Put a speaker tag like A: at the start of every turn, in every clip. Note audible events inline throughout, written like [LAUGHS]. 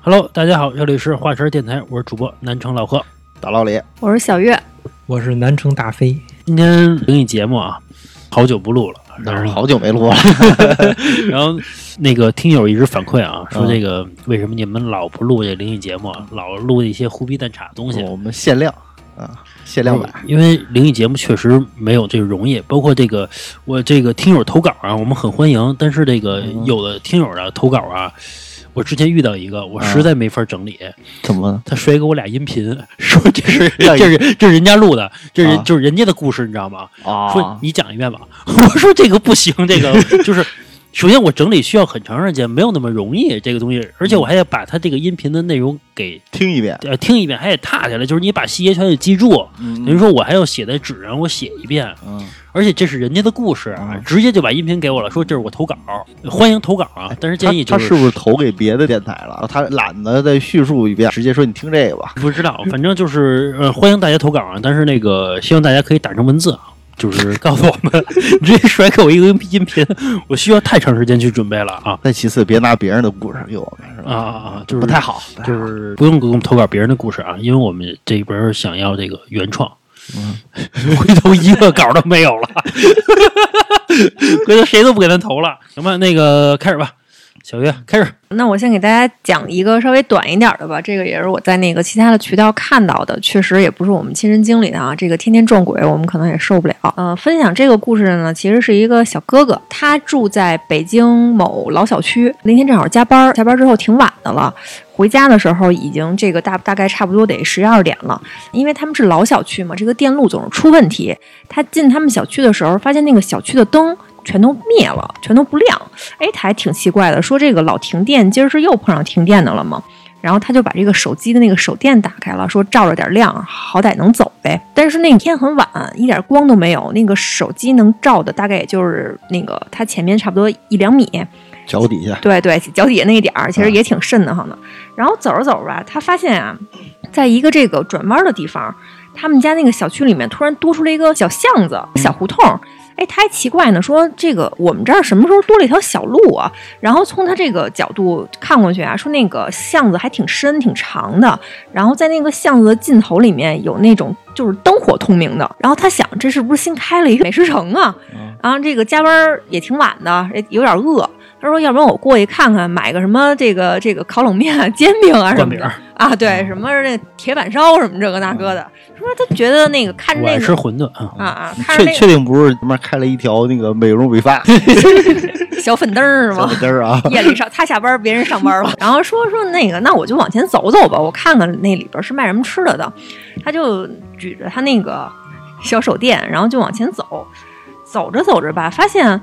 A: Hello，大家好，这里是华晨电台，我是主播南城老贺。
B: 大老李，
C: 我是小月，
D: 我是南城大飞，
A: 今天灵异节目啊，好久不录了，
B: 哪
A: 然
B: 儿啊 [LAUGHS]
A: 后
B: 好久没录了？
A: 然后那个听友一直反馈啊，说
B: 嗯
A: 这个为什么你们老不录这灵异节目啊，老录一些胡逼蛋岔的东西？嗯
B: 我们限量啊，限量版。
A: 因为灵异节目确实没有这个容易，包括这个我这个听友投稿啊，我们很欢迎，但是这个
B: 嗯
A: 有的听友啊投稿啊。我之前遇到一个，我实
B: 嗯
A: 在没法整理，
B: 怎么了？
A: 他甩给我俩音
B: [LAUGHS]
A: 频，说这是
B: 让
A: 这
B: 你
A: 是这是人家录的，这是、
B: 啊
A: 就是人家的故事，你知道吗？说
B: 啊，
A: 你讲一遍吧。 [LAUGHS] 我说这个不行，这
B: [LAUGHS]
A: 个就是。首先，我整理需要很长时间，没有那么容易这个东西，
B: 嗯
A: 而且我还要把它这个音频的内容给
B: 听一遍。
A: 呃听一遍，还得踏下来，就是你把细节全得记住。
B: 嗯
A: 等于说，我还要写在纸上，我写一遍，
B: 嗯，
A: 而且这是人家的故事啊，
B: 嗯
A: 直接就把音频给我了，说这是我投稿，欢迎投稿啊。但是建议就
B: 他他是不是投给别的电台了？他懒得再叙述一遍，直接说你听这个吧。
A: 不知道，反正就是呃，欢迎大家投稿啊！但是那个，希望大家可以打成文字啊，就是告诉我们，你直接甩给我一个音频，我需要太长时间去准备了啊
B: 再其次，别拿别人的故事给我们，是
A: 啊
B: 吧？
A: 啊！啊就是
B: 不太好，不太好
A: 就是不用给我们投稿别人的故事啊，因为我们这边儿想要这个原创，嗯 [LAUGHS] 回头一个稿都没有了，回头谁都不给咱投了。行吧，那个开始吧，小月开始。
C: 那我先给大家讲一个稍微短一点的吧，这个也是我在那个其他的渠道看到的，确实也不是我们亲身经历的啊。这个天天撞鬼，我们可能也受不了。呃，分享这个故事的呢，其实是一个小哥哥，他住在北京某老小区。那天正好加班儿，下班之后挺晚的了，回家的时候已经这个大大概差不多得十一二点了。因为他们是老小区嘛，这个电路总是出问题。他进他们小区的时候，发现那个小区的灯全都灭了，全都不亮。哎，他还挺奇怪的，说这个老停电，今儿是又碰上停电的了吗？然后他就把这个手机的那个手电打开了，说照着点亮，好歹能走呗。但是那天很晚，一点光都没有，那个手机能照的大概也就是那个他前面差不多一两米，
B: 脚底下
C: 对对，脚底下那一点儿其实也挺瘆得慌的。然后走着走着吧，他发现啊，在一个这个转弯的地方，他们家那个小区里面突然多出来一个小巷子、小胡同。哎，他还奇怪呢，说这个我们这儿什么时候多了一条小路啊？然后从他这个角度看过去啊，说那个巷子还挺深、挺长的，然后在那个巷子的尽头里面有那种就是灯火通明的。然后他想，这是不是新开了一个美食城啊？
A: 嗯
C: 然后这个加班儿也挺晚的，也有点饿。他说：“要不然我过去看看，买个什么这个这个烤冷面、啊、煎饼啊什
A: 关
C: 么
A: 饼嗯
C: 的啊，对，什么那铁板烧什么这个那个的。”说他觉得那个看着
A: 我爱
C: 那
A: 吃
C: 个
A: 馄饨啊，
C: 啊
A: [LAUGHS]
C: 啊，看着
B: 确
C: 那
B: 确定不是他妈开了一条那个美容美发小
C: 个小粉灯儿是吗？
B: 根儿啊？
C: [LAUGHS] 夜里上他下班，别人上班了。然后说说那个，那我就往前走走吧，我看看那里边是卖什么吃的的。他就举着他那个小手电，然后就往前走。走着走着吧，发现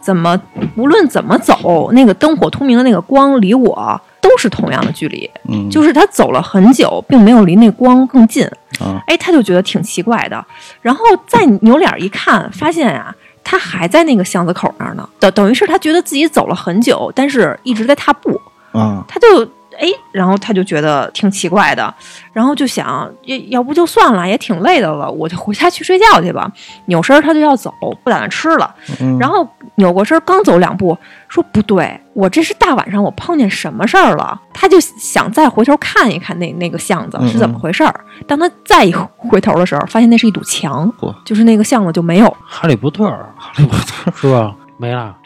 C: 怎么无论怎么走，那个灯火通明的那个光离我都是同样的距离，
B: 嗯，
C: 就是他走了很久，并没有离那光更近。
B: 啊，
C: 哎，他就觉得挺奇怪的。然后再扭脸一看，发现啊，他还在那个巷子口那儿呢。等等于是他觉得自己走了很久，但是一直在踏步。
B: 啊，
C: 他就哎，然后他就觉得挺奇怪的，然后就想，要要不就算了，也挺累的了，我就回家去睡觉去吧。扭身儿他就要走，不打算吃了。
B: 嗯
C: 然后扭过身儿刚走两步，说不对，我这是大晚上我碰见什么事儿了？他就想再回头看一看那那个巷子
B: 嗯嗯
C: 是怎么回事儿。当他再一回头的时候，发现那是一堵墙
B: 嚯，
C: 就是那个巷子就没有了。
A: 哈利波特儿，哈利波特是吧？没了。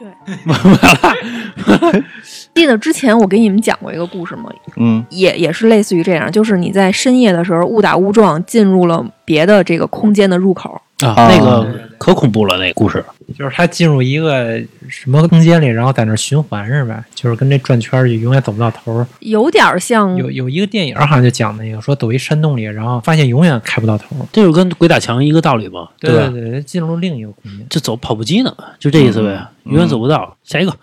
C: 记得之前我给你们讲过一个故事吗？
B: 嗯
C: 也也是类似于这样，就是你在深夜的时候误打误撞进入了别的这个空间的入口。
A: 啊，
B: 啊
A: 那个可恐怖了，那个故事。
D: 就是他进入一个什么空间里，然后在那儿循环是吧？就是跟那转圈儿就永远走不到头儿。
C: 有点像
D: 有有一个电影好像就讲那个，说走一山洞里，然后发现永远开不到头儿。
A: 这就跟鬼打墙一个道理嘛，
D: 对
A: 吧？
D: 对对，进入另一个空间。
A: 就走跑步机呢，就这意思呗，
B: 嗯
A: 永远走不到。下 [LAUGHS] 一个，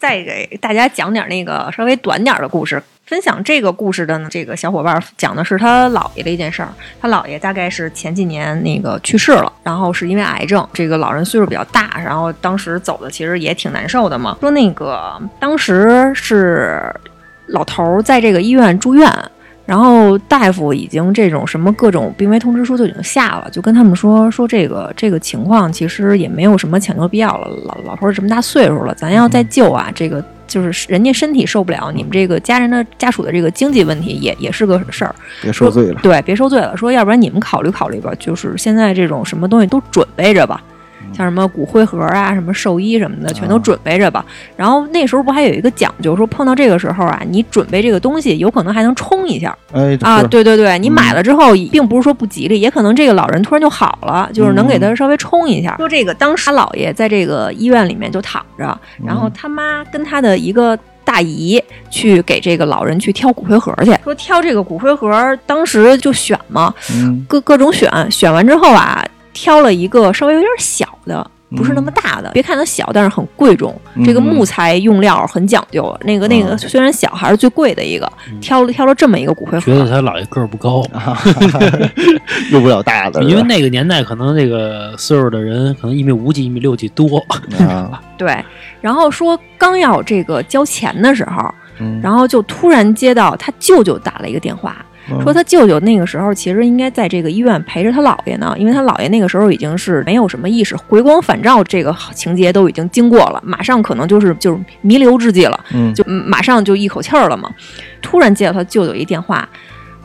C: 再给大家讲点那个稍微短点儿的故事。分享这个故事的呢，这个小伙伴讲的是他姥爷的一件事儿。他姥爷大概是前几年那个去世了，然后是因为癌症。这个老人岁数比较大，然后当时走的其实也挺难受的嘛。说那个当时是老头儿在这个医院住院，然后大夫已经这种什么各种病危通知书就已经下了，就跟他们说说这个这个情况其实也没有什么抢救必要了，老老头儿这么大岁数了，咱要再救啊，这个。就是人家身体受不了，你们这个家人的家属的这个经济问题也也是个事儿。
B: 别受罪了。
C: 对，别受罪了。说要不然你们考虑考虑吧，就是现在这种什么东西都准备着吧，像什么骨灰盒啊、什么寿衣什么的，全都准备着吧。然后那时候不还有一个讲究，说碰到这个时候啊，你准备这个东西，有可能还能冲一下
B: 哎，
C: 啊。
B: 是，
C: 对对对，你
B: 嗯
C: 买了之后，并不是说不吉利，也可能这个老人突然就好了，就是能给
B: 嗯
C: 他稍微冲一下。说这个当时他姥爷在这个医院里面就躺着，然
B: 嗯
C: 后他妈跟他的一个大姨去给这个老人去挑骨灰盒去，说挑这个骨灰盒，当时就选嘛，
B: 嗯，
C: 各各种选，选完之后啊，挑了一个稍微有点小的。不是那么大的，别看它小，但是很贵重。这个
B: 嗯
C: 木材用料很讲究，那个那个
B: 嗯
C: 虽然小，还是最贵的一个。
A: 嗯
C: 挑了挑了这么一个骨灰盒，
A: 觉得他姥爷个儿不高，
B: 用不了大的，
A: [LAUGHS] 因为那个年代可能这个岁数的人可能一米五几、一米六几多，
B: 那啊，
C: 对，然后说刚要这个交钱的时候，
B: 嗯
C: 然后就突然接到他舅舅打了一个电话，
B: 嗯
C: 说他舅舅那个时候其实应该在这个医院陪着他姥爷呢，因为他姥爷那个时候已经是没有什么意识，回光返照这个情节都已经经过了，马上可能就是就是弥留之际了，
B: 嗯
C: 就嗯马上就一口气儿了嘛。突然接到他舅舅一电话，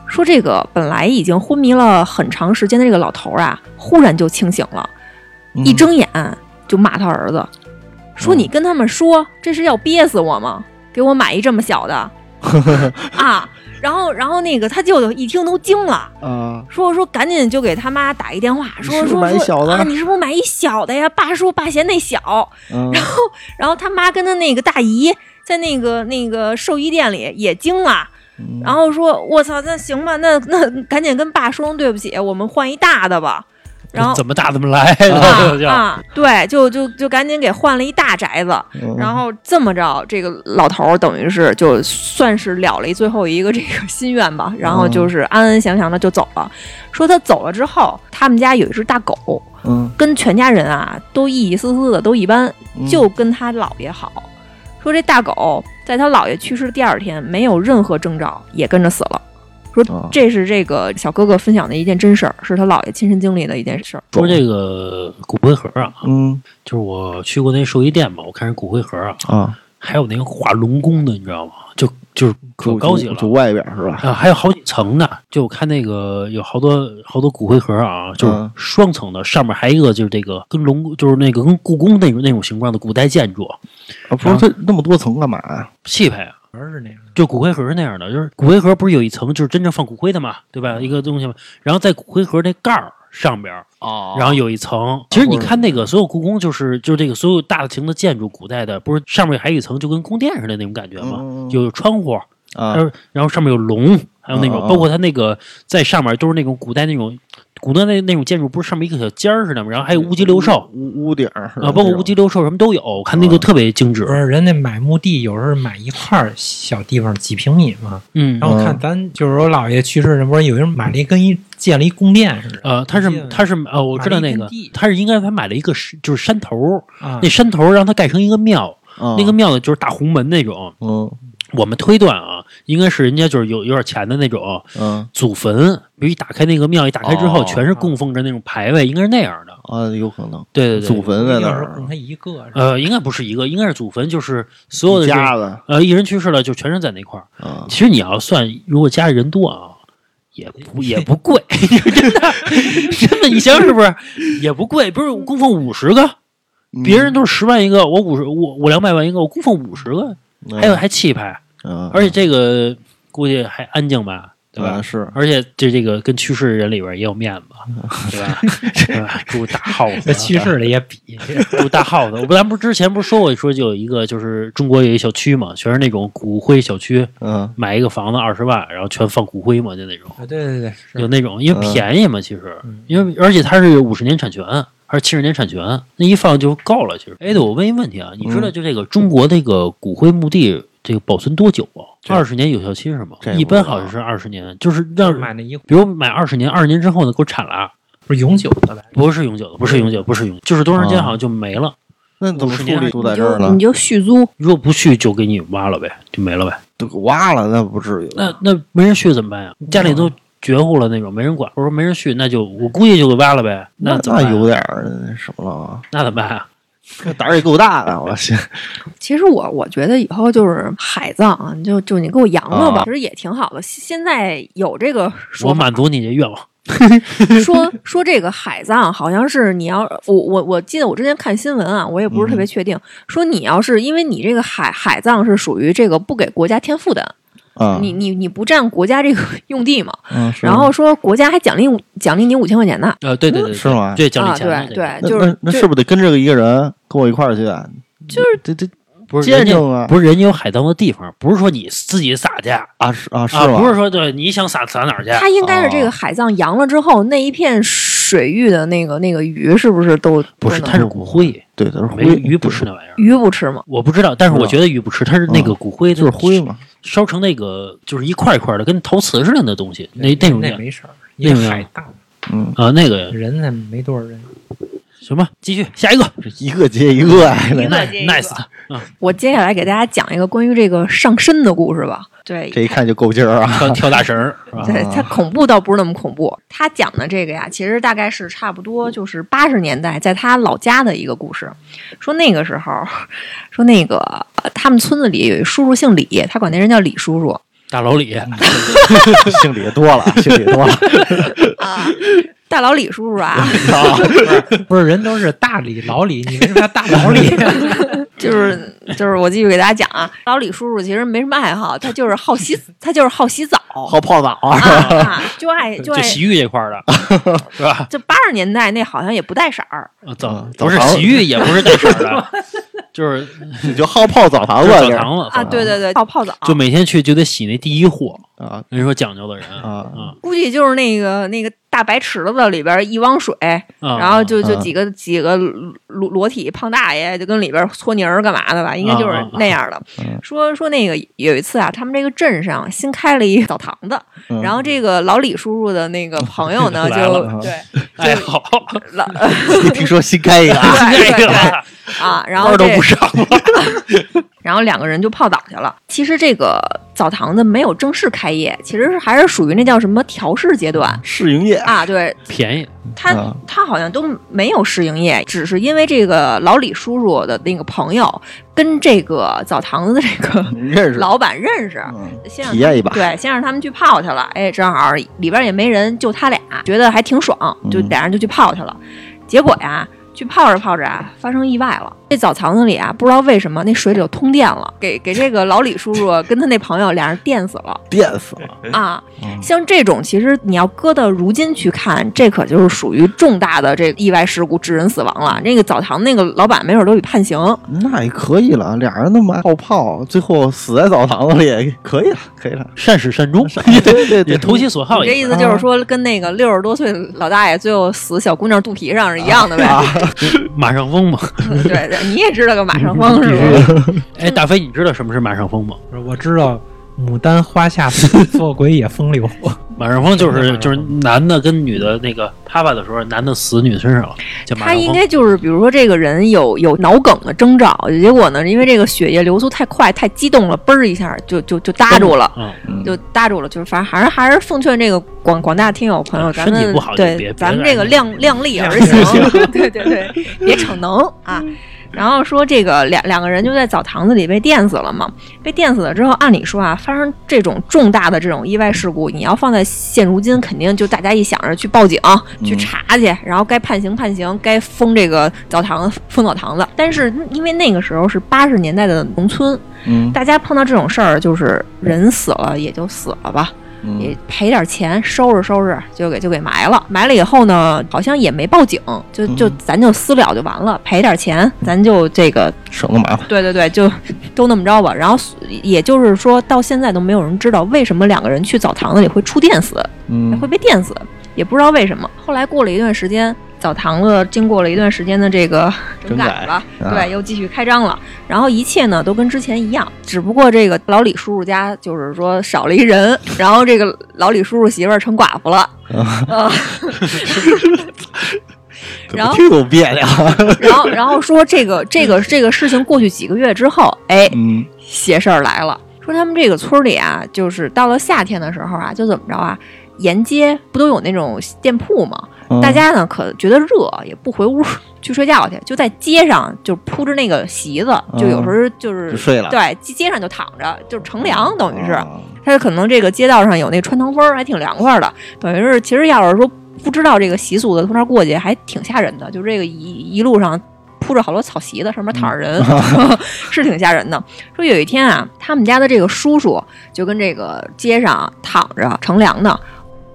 C: 说这个本来已经昏迷了很长时间的这个老头儿啊，忽然就清醒了，
B: 嗯
C: 一睁眼就骂他儿子，说
B: 嗯
C: 你跟他们说这是要憋死我吗？给我买一这么小的
B: [LAUGHS]
C: 啊！然后，然后那个他舅舅一听都惊了，
B: 啊，
C: 说说赶紧就给他妈打一电话，
B: 你
C: 说
B: 是不是
C: 说
B: 买一小
C: 说
B: 的
C: 啊，你是不是买一小的呀？爸说爸嫌那小，
B: 嗯
C: 然后然后他妈跟他那个大姨在那个那个寿衣店里也惊了，
B: 嗯
C: 然后说我操，那行吧，那那赶紧跟爸说声对不起，我们换一大的吧。然
A: [LAUGHS]
C: 后
A: 怎么大怎么来，
C: [LAUGHS] 啊
A: 就
C: 啊，对，就就就赶紧给换了一大宅子，
B: 嗯
C: 然后这么着，这个老头儿等于是就算是了了最后一个这个心愿吧，
B: 嗯
C: 然后就是安安详详的就走了。说他走了之后，他们家有一只大狗，
B: 嗯
C: 跟全家人啊都一丝丝的都一般，
B: 嗯
C: 就跟他姥爷好。说这大狗在他姥爷去世的第二天，没有任何征兆，也跟着死了。说
B: 哦
C: 这是这个小哥哥分享的一件真事儿，是他姥爷亲身经历的一件事儿。
A: [LAUGHS] 说这个骨灰盒啊，
B: 嗯
A: 就是我去过那寿衣店嘛，我看人骨灰盒啊，
B: 啊，
A: 还有那个画龙宫的，你知道吗？就就是可高级了
B: 就就外边是吧？
A: 啊，还有好几层呢。就我看那个有好多好多骨灰盒啊，就是
B: 嗯
A: 双层的，上面还有一个就是这个跟龙就是那个跟故宫那种那种形状的古代建筑，
B: 啊，不是它那么多层干嘛呀？
A: 气派啊。
D: 而是那样的。
A: 就骨灰盒那样的，就是骨灰盒不是有一层就是真正放骨灰的嘛，对吧？一个东西嘛，然后在骨灰盒那盖儿上边儿，
B: 哦
A: 然后有一层。其实你看那个所有故宫，就是就是这个所有大型的建筑，古代的不是上面还有一层就跟宫殿似的那种感觉吗？
B: 嗯嗯嗯
A: 有窗户，
B: 啊
A: 然后然后上面有龙，还有那种、
B: 嗯嗯嗯
A: 包括它那个在上面都是那种古代那种古代那那种建筑，不是上面一个小尖儿似的吗？然后还有乌鸡六兽
B: 屋屋顶儿嗯是
A: 啊，
B: 吧
A: 包括
B: 那种
A: 乌鸡六兽什么都有，我看那个
B: 嗯
A: 特别精致
D: 不。是人家买墓地，有时候买一块儿小地方几平米嘛。
A: 嗯
D: 然，后我看咱就是我姥爷去世那不是有人买了一跟一建了一宫殿似的
A: 呃，他是他是呃，我知道那
D: 买了一
A: 个
D: 片地
A: 他是应该他买了一个是就是山头儿，
D: 啊
A: 那，山头儿让他盖成一个庙，
B: 啊
A: 那个庙呢就是大红门那种。
B: 嗯
A: 我们推断啊，应该是人家就是有有点钱的那种
B: 嗯
A: 祖坟，比如一打开那个庙，一打开之后
B: 哦
A: 全
D: 啊
A: 是供奉着那种牌位，应该是那样的。
B: 啊，有可能
A: 对对对，
B: 祖坟在
D: 一
B: 那
D: 个是
B: 儿
D: 供，他一个是吧
A: 呃，应该不是一个，应该是祖坟，就是所有的
B: 一
A: 人
B: 家子
A: 呃，一人去世了就全是在那块儿。
B: 啊，
A: 其实你要算，如果家里人多啊，也不也不贵， [LAUGHS] 真的真的，你想想是不是也不贵？不是供奉五十个，别人都是十万一个，我五十我我两百万一个，我供奉五十个，
B: 嗯
A: 还有还气派，
B: 嗯
A: 而且这个估计还安静吧，对吧
B: 啊？是
A: 而且这这个跟去世的人里边也有面子，对
B: [LAUGHS]
A: 吧？对吧住大耗子
D: 在，去世了也 [LAUGHS] 比
A: 住大耗子。我不，咱不是之前不是说过说就有一个，就是中国有一小区嘛，全是那种骨灰小区，
B: 嗯
A: 买一个房子二十万，然后全放骨灰嘛，就那种
D: 啊，对对对，
A: 有
D: 是
A: 那种，因为便宜嘛，其实
B: 嗯
A: 因为而且它是五十年产权还是七十年产权，那一放就够了。其实，
B: 嗯
A: 哎，对，我问一问题啊，你知道就这个中国这个骨灰墓地这个保存多久啊？
B: 这
A: 二十年有效期是吗
B: 这？个
A: 一
B: 不
A: 般
B: 知道
A: 好像是二十年，就是让
D: 买那一
A: 比如买二十年，二十年之后呢，给我铲了，啊
D: 不是永久的呗，
A: 不是永久的，不是永久，不是永久，就是多长时间
B: 啊
A: 好像就没了。
B: 那怎么
A: 50
B: 处
A: 年
B: 理都在
C: 你
B: 这儿
C: 就
B: 呢
C: 你？就续租，
A: 如果不续，就给你挖了呗，就没了呗。
B: 都给挖了那不至于，
A: 那嗯那没人续怎么办呀？家里都绝户了那种，没人管，或者说没人续，那就我估计就给挖了呗。
B: 那
A: 怎么办呀
B: 有点儿那什么了啊？
A: 那怎么办啊？
B: 胆儿也够大的，我去，
C: 其实我我觉得以后就是海葬啊，你就就你给我扬了吧，
B: 啊
C: 其实也挺好的。现现在有这个说
A: 我
C: 法
A: 满足你这愿望。
C: 说说这个海葬，好像是你要我我我记得我之前看新闻啊，我也不是特别确
A: 嗯
C: 定，说你要是因为你这个海海葬是属于这个不给国家添负担，
B: 啊，
A: 嗯
C: 你你你不占国家这个用地嘛，
B: 嗯，是
C: 然后说国家还奖励奖励你五千块钱呢，
A: 呃，对对对，
B: 是吗？
A: 对，奖
C: 啊
A: 励钱的这个，
C: 对对，
B: 那
C: 就是
B: 那那
C: 就是
B: 不是得跟着一个人跟我一块儿去啊？
C: 就是
B: 这这
A: 不是
B: 见
A: 人家
B: 证啊
A: 不是人家有海葬的地方，不是说你自己撒去啊，
B: 啊是啊是吗？
A: 不是说对你想撒撒哪儿去，
C: 它应该是
A: 啊
C: 这个海葬扬了之后，那一片水域的那个那个鱼是不是都
A: 不是
C: 都
A: 它
C: 能
A: 是骨灰，
B: 对，它是
A: 没
B: 灰
A: 鱼不吃那玩意儿。
C: 鱼不吃吗？
A: 我不知道，但是我觉得鱼不吃，它是那个骨灰，
B: 就是灰，嘛，
A: 烧成那个就是一块一块的，跟陶瓷似的那东西，那那种
D: 那
A: 样
D: 没事儿，
A: 那
D: 因
A: 种
D: 为
A: 样
D: 海大，
B: 嗯，
A: 啊，那个
D: 人才没多少人。
A: 行吧，继续下一个哎
B: 这一个接一个呀，
C: 一个接一个
A: ，nice，
C: 我接下来给大家讲一个关于这个上身的故事吧。对，
B: 这一啊看就够劲儿啊！
A: 跳跳大绳儿是吧？
C: 对它恐怖倒不是那么恐怖。他讲的这个呀，其实大概是差不多就是八十年代在他老家的一个故事。说那个时候，说那个、呃他们村子里有一叔叔姓李，他管那人叫李叔叔
A: [LAUGHS] 大楼里
B: 姓李的多了，姓李多了，
C: 啊， [LAUGHS] 大老李叔叔啊，
D: 不是人都是大理老李，你为什么要大老啊李？ [LAUGHS]
C: 就是就是我继续给大家讲啊，老李叔叔其实没什么爱好，他就是好洗，他就是好洗澡。
B: 好泡澡
C: [LAUGHS]
B: 啊！
C: 啊，就爱就
A: 就
C: 爱
A: 洗浴这块儿 [LAUGHS] 的，是吧？
C: [LAUGHS] 就八十年代那好像也不带色儿，
A: 啊澡
B: 嗯
A: 不是
B: 澡堂
A: 洗浴，也不是带绳儿 [LAUGHS] 的，就是
B: 你就好泡澡
A: 就
B: 堂子
A: 是澡
B: 这
A: 堂子
C: 啊，对对对，泡泡澡，
A: 哦就每天去就得洗那第一货，
B: 啊
A: 人说讲究的人啊
B: 啊！
C: 估计就是那个那个大白池子里边一汪水，
A: 啊，
C: 然后就
B: 啊
C: 就几个几个裸裸体胖大爷就跟里边搓泥儿干嘛的吧，应该
A: 哦
C: 就是那样的
A: 嗯
B: 啊啊啊。
C: 说说那个有一次啊，他们这个镇上新开了一澡堂子，
B: 嗯
C: 然后这个老李叔叔的那个朋友
A: [LAUGHS]
C: 呢，
A: 来
C: 就
A: 了嗯
C: 对
A: 爱哎好，
C: 老 [LAUGHS]
B: 一听说新开一个啊，
C: 对
A: [LAUGHS] 这
C: 对
A: 个
C: 对啊，然后
A: 班儿
C: 这
A: 都不上了，
C: 然后两个人就泡澡去了。其实这个澡堂子没有正式开业，其实是还是属于那叫什么调试阶段
B: 试营业，
C: 啊。对
A: 便宜，
C: 他，
B: 啊
C: 他好像都没有试营业，只是因为这个老李叔叔的那个朋友跟这个澡堂子的这个 [LAUGHS]
B: 认识
C: 老板认识。
B: 嗯
C: 先让
B: 体验一把，
C: 对，先让他们去泡去了，哎，正好里边也没人，就他俩，觉得还挺爽，就
B: 嗯
C: 俩人就去泡去了。结果呀，去泡着泡着啊，发生意外了。这澡堂子里啊，不知道为什么那水里就通电了，给给这个老李叔叔跟他那朋友俩人电死了
B: 电死了，
C: 啊！
B: 嗯
C: 像这种，其实你要搁到如今去看，这可就是属于重大的这个意外事故致人死亡了。那个澡堂那个老板没准都得判刑。
B: 那也可以了。俩人那么爱泡泡，最后死在澡堂子里，可以了，可以了。
A: 善始善终，
B: 对对
A: 也
B: 对，
A: 投其所好
C: 你这
A: 也
C: 意
A: 行。
C: 思
B: 啊
C: 就是说，跟那个六十多岁的老大爷最后死小姑娘肚皮上是一样的呗？
B: 啊
A: 马上疯嘛？ [LAUGHS]
C: 嗯对对，你也知道个马上疯是吧？
A: 哎，大飞，你知道什么是马上疯吗？
D: 我知道牡丹花下做鬼也风流，
A: 马上疯就
D: 什
A: 是
D: 么
A: 就是男的跟女的那个啪啪的时候，男的死女的身上了，叫马
C: 他
A: 上
C: 应
A: 疯。
C: 该就是，比如说这个人有有脑梗的征兆，结果呢，因为这个血液流速太快、太激动了，嘣儿一下就就就搭住了，
A: 嗯，
B: 嗯
C: 就搭住了。就是反正还是还是奉劝这个广广大听友朋友，
A: 啊
C: 咱
A: 身体
C: 们
A: 不好就别
C: 对
A: 别
C: 咱们
A: 来
C: 这
A: 那个
C: 个量量力而
D: 量力而
C: 行， [LAUGHS] 对对对，别逞能啊。然后说这个两两个人就在澡堂子里被电死了嘛，被电死了之后，按理说啊，发生这种重大的这种意外事故，你要放在现如今，肯定就大家一想着去报警、
A: 嗯
C: 去查去，然后该判刑判刑，该封这个澡堂封澡堂子。但是嗯因为那个时候是八十年代的农村，
B: 嗯
C: 大家碰到这种事儿，就是人死了也就死了吧，也
B: 嗯
C: 赔点钱收拾收拾，就给就给埋了。埋了以后呢，好像也没报警，就就
B: 嗯
C: 咱就私了就完了，赔点钱，咱就这个
B: 省得麻烦。
C: 对对对，就都那么着吧。然后也就是说到现在都没有人知道为什么两个人去澡堂子里会触电死，
B: 嗯
C: 会被电死，也不知道为什么。后来过了一段时间，澡堂子经过了一段时间的这个整
B: 整
C: 改
B: 改
C: 了，
B: 啊
C: 对，又继续开张了。然后一切呢都跟之前一样，只不过这个老李叔叔家就是说少了一人，然后这个老李叔叔媳妇儿成寡妇了，啊，然后
B: 这有别扭。啊
C: 然后然后说这个这个这个事情过去几个月之后，哎，
B: 嗯
C: 邪事儿来了，说他们这个村里啊，就是到了夏天的时候啊，就怎么着啊，沿街不都有那种店铺吗？
B: 嗯
C: 大家呢可觉得热，也不回屋 [LAUGHS] 去睡觉去，就在街上就铺着那个席子，就有时候就是
B: 嗯就睡了
C: 对，街街上就躺着，就是乘凉，等于是。
B: 啊
C: 它可能这个街道上有那穿堂风儿，还挺凉快的。等于是，其实要是说不知道这个习俗的，从这儿过去还挺吓人的。就这个一一路上铺着好多草席子，上面躺着
B: [LAUGHS]
C: 人， [LAUGHS] 是挺吓人的。说有一天啊，他们家的这个叔叔就跟这个街上躺着乘凉呢，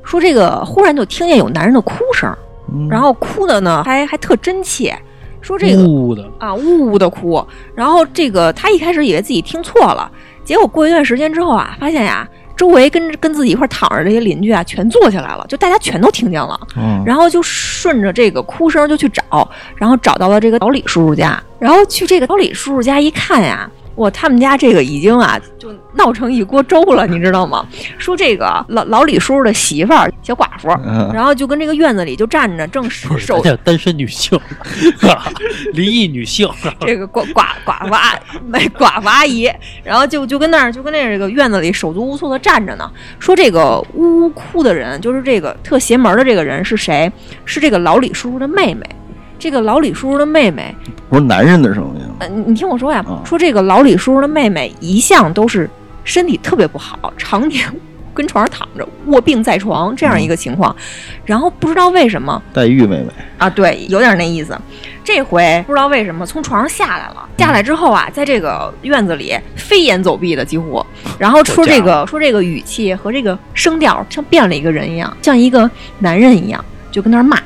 C: 说这个忽然就听见有男人的哭声，
B: 嗯
C: 然后哭的呢还还特真切，说这个
A: 呜的，
C: 啊，呜呜的哭。然后这个他一开始以为自己听错了，结果过一段时间之后啊，发现呀、周围跟跟自己一块儿躺着这些邻居啊，全坐起来了，就大家全都听见了。
B: 嗯
C: 然后就顺着这个哭声就去找，然后找到了这个老李叔叔家，然后去这个老李叔叔家一看呀、哇，他们家这个已经啊，就闹成一锅粥了，你知道吗？说这个老老李叔叔的媳妇儿小寡妇，
B: 嗯
C: 然后就跟这个院子里就站着，正手
A: 啊不是，咱叫单身女性， [LAUGHS] 离异女性，
C: 这个寡寡寡妇阿没寡妇阿姨，然后就就跟那儿就跟那个院子里手足无措的站着呢，说这个呜呜哭的人就是这个特邪门的这个人是谁？是这个老李叔叔的妹妹。这个老李叔叔的妹妹，
B: 不是男人的声音，
C: 呃，你你听我说呀
B: 啊，
C: 说这个老李叔叔的妹妹一向都是身体特别不好，常年 [LAUGHS] 跟床上躺着，卧病在床这样一个情况，
A: 嗯
C: 然后不知道为什么
B: 黛玉妹妹，
C: 啊，对，有点那意思。这回不知道为什么从床上下来了，下来之后啊，在这个院子里飞檐走壁的几乎，然后说这个说这个语气和这个声调像变了一个人一样，像一个男人一样，就跟那儿骂。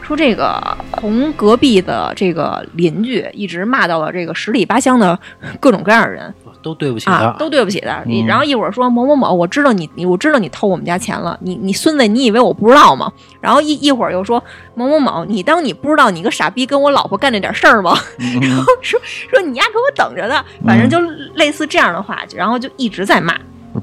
C: 说这个从隔壁的这个邻居一直骂到了这个十里八乡的各种各样的人，
A: [LAUGHS] 都对不起
C: 啊
A: 她，，
C: 都对不起的。
B: 嗯
C: 然后一会儿说某某某，我知道你，你我知道你偷我们家钱了，你你孙子，你以为我不知道吗？然后一一会儿又说某某某，你当你不知道你个傻逼跟我老婆干那点事儿吗？ [LAUGHS]
B: 嗯
C: 说你丫给我等着呢，反正就类似这样的话，然后就一直在骂。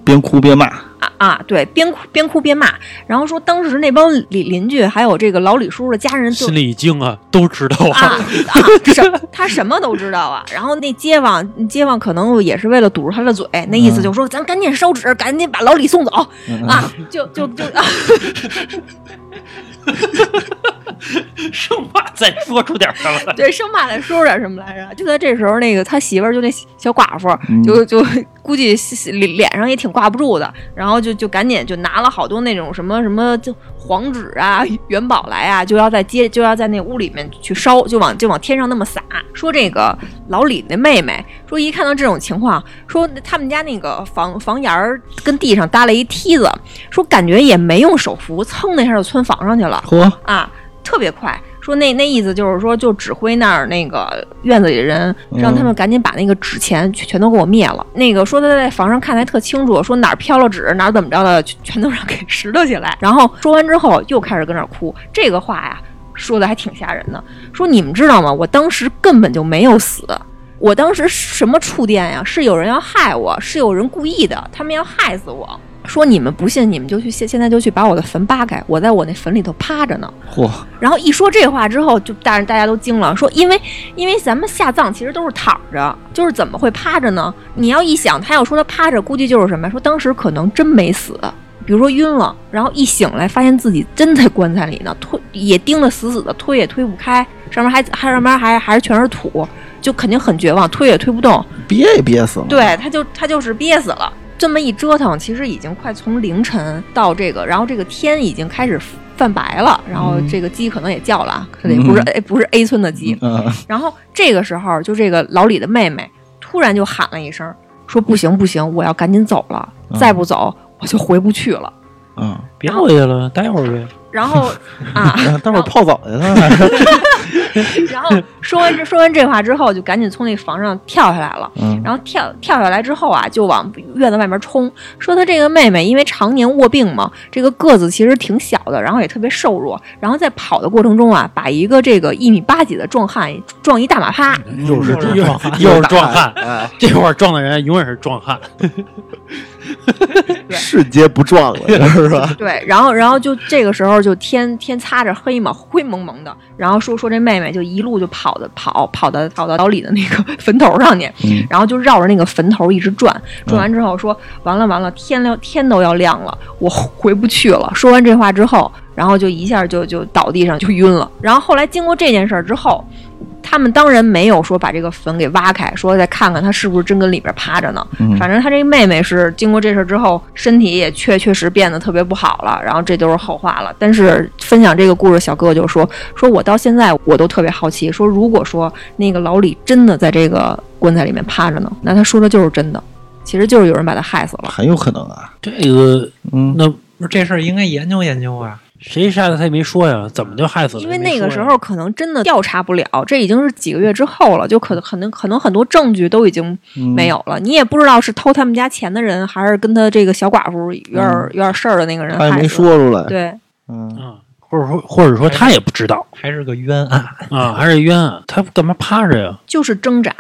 B: 边哭边骂，
C: 啊啊，对，边哭边哭边骂，然后说当时那帮邻邻居还有这个老李叔叔的家人就
A: 心里一惊啊，都知
C: [LAUGHS]
A: 道
C: 啊
A: 啊，
C: 啊，什他什么都知道啊。然后那街坊街坊可能也是为了堵住他的嘴，那意思就是说、咱赶紧烧纸，赶紧把老李送走
B: 嗯
C: 啊，就就就啊，
A: 生怕再说出点什么来。
C: 对，生怕再说点什么来着。就在这时候，那个他媳妇儿就那小寡妇儿
B: 嗯
C: 就就估计脸脸上也挺挂不住的，然后就就赶紧就拿了好多那种什么什么就黄纸啊、元宝来啊，就要在街就要在那屋里面去烧，就往就往天上那么撒。说这个老李那妹妹说，一看到这种情况，说他们家那个房房檐儿跟地上搭了一梯子，说感觉也没用手扶，蹭的一下就窜房上去了。
B: 嚯，
C: 啊，特别快。说那那意思就是说，就指挥那儿那个院子里的人，
B: 嗯
C: 让他们赶紧把那个纸钱全全都给我灭了。那个说他在房上看的还特清楚，说哪儿飘了纸，哪儿怎么着的，全全都让给拾掇起来。然后说完之后，又开始跟那儿哭。这个话呀，说的还挺吓人的。说你们知道吗？我当时根本就没有死，我当时什么触电呀？是有人要害我，是有人故意的，他们要害死我。说你们不信，你们就去现现在就去把我的坟扒开，我在我那坟里头趴着呢。
B: 嚯，
C: 然后一说这话之后，就大大家都惊了，说因为因为咱们下葬其实都是躺着，就是怎么会趴着呢？你要一想，他要说他趴着，估计就是什么呀？说当时可能真没死，比如说晕了，然后一醒来发现自己真在棺材里呢，推也钉得死死的，推也推不开，上面还还上面还还是全是土，就肯定很绝望，推也推不动。
B: 憋也憋死了，，
C: 对，他就他就是憋死了。这么一折腾，其实已经快从凌晨到这个，然后这个天已经开始泛白了，然后这个鸡可能也叫了啊，可得不是哎不是 A 村的鸡。
B: 嗯，
C: 然后这个时候，就这个老李的妹妹突然就喊了一声，说不行不行，我要赶紧走了，再不走我就回不去了。
B: 嗯，
C: 啊
D: 别回去了，待会儿呗。
C: 然后啊，
B: 然后待会儿泡澡去，他俩
C: [LAUGHS]
B: 是，
C: 然后说完这说完这话之后，就赶紧从那房上跳下来了。
B: 嗯，
C: 然后跳跳下来之后啊，就往院子外面冲。说他这个妹妹因为常年卧病嘛，这个个子其实挺小的，然后也特别瘦弱。然后在跑的过程中啊，把一个这个一米八几的壮汉撞一大马趴。
B: 又是
D: 又是壮汉
A: 又是壮汉
B: 哎，
A: 这会儿撞的人永远是壮汉，
B: 世界不撞
C: [LAUGHS]
B: 了，是 [LAUGHS] 吧？
C: 对，然后然后就这个时候就天天擦着黑嘛，灰蒙蒙的。然后说说这妹妹就一路就跑的跑跑的跑到老李的那个 [LAUGHS] 坟头上去，
B: 嗯
C: 然后就绕着那个坟头一直转，转完之后说完了完了，天亮天都要亮了，我回不去了。说完这话之后，然后就一下就就倒地上就晕了。然后后来经过这件事儿之后，他们当然没有说把这个坟给挖开，说再看看他是不是真跟里边趴着呢。
B: 嗯
C: 反正他这妹妹是经过这事儿之后，身体也确确实变得特别不好了，然后这都是后话了。但是分享这个故事，小哥哥就说说我到现在我都特别好奇，说如果说那个老李真的在这个棺材里面趴着呢，那他说的就是真的，其实就是有人把他害死了。
B: 很有可能啊。
A: 这个
B: 嗯，
A: 那
D: [LAUGHS] 不是这事儿应该研究研究啊。
A: 谁杀的他也没说呀，怎么就害死了？
C: 因为
A: 也没
C: 那个时
A: 说呀
C: 候可能真的调查不了，这已经是几个月之后了，就可可能可能很多证据都已经
A: 嗯
C: 没有了，你也不知道是偷他们家钱的人，还是跟他这个小寡妇有点、
B: 嗯
C: 有点事儿的那个人
B: 他也
C: 害
B: 没
C: 死的。
B: 说出来。
C: 对，
B: 嗯，
A: 啊，或者说或者说他也不知道
D: 还是个冤案，
A: 啊，还是冤案，他干嘛趴着呀？
C: 就是挣扎。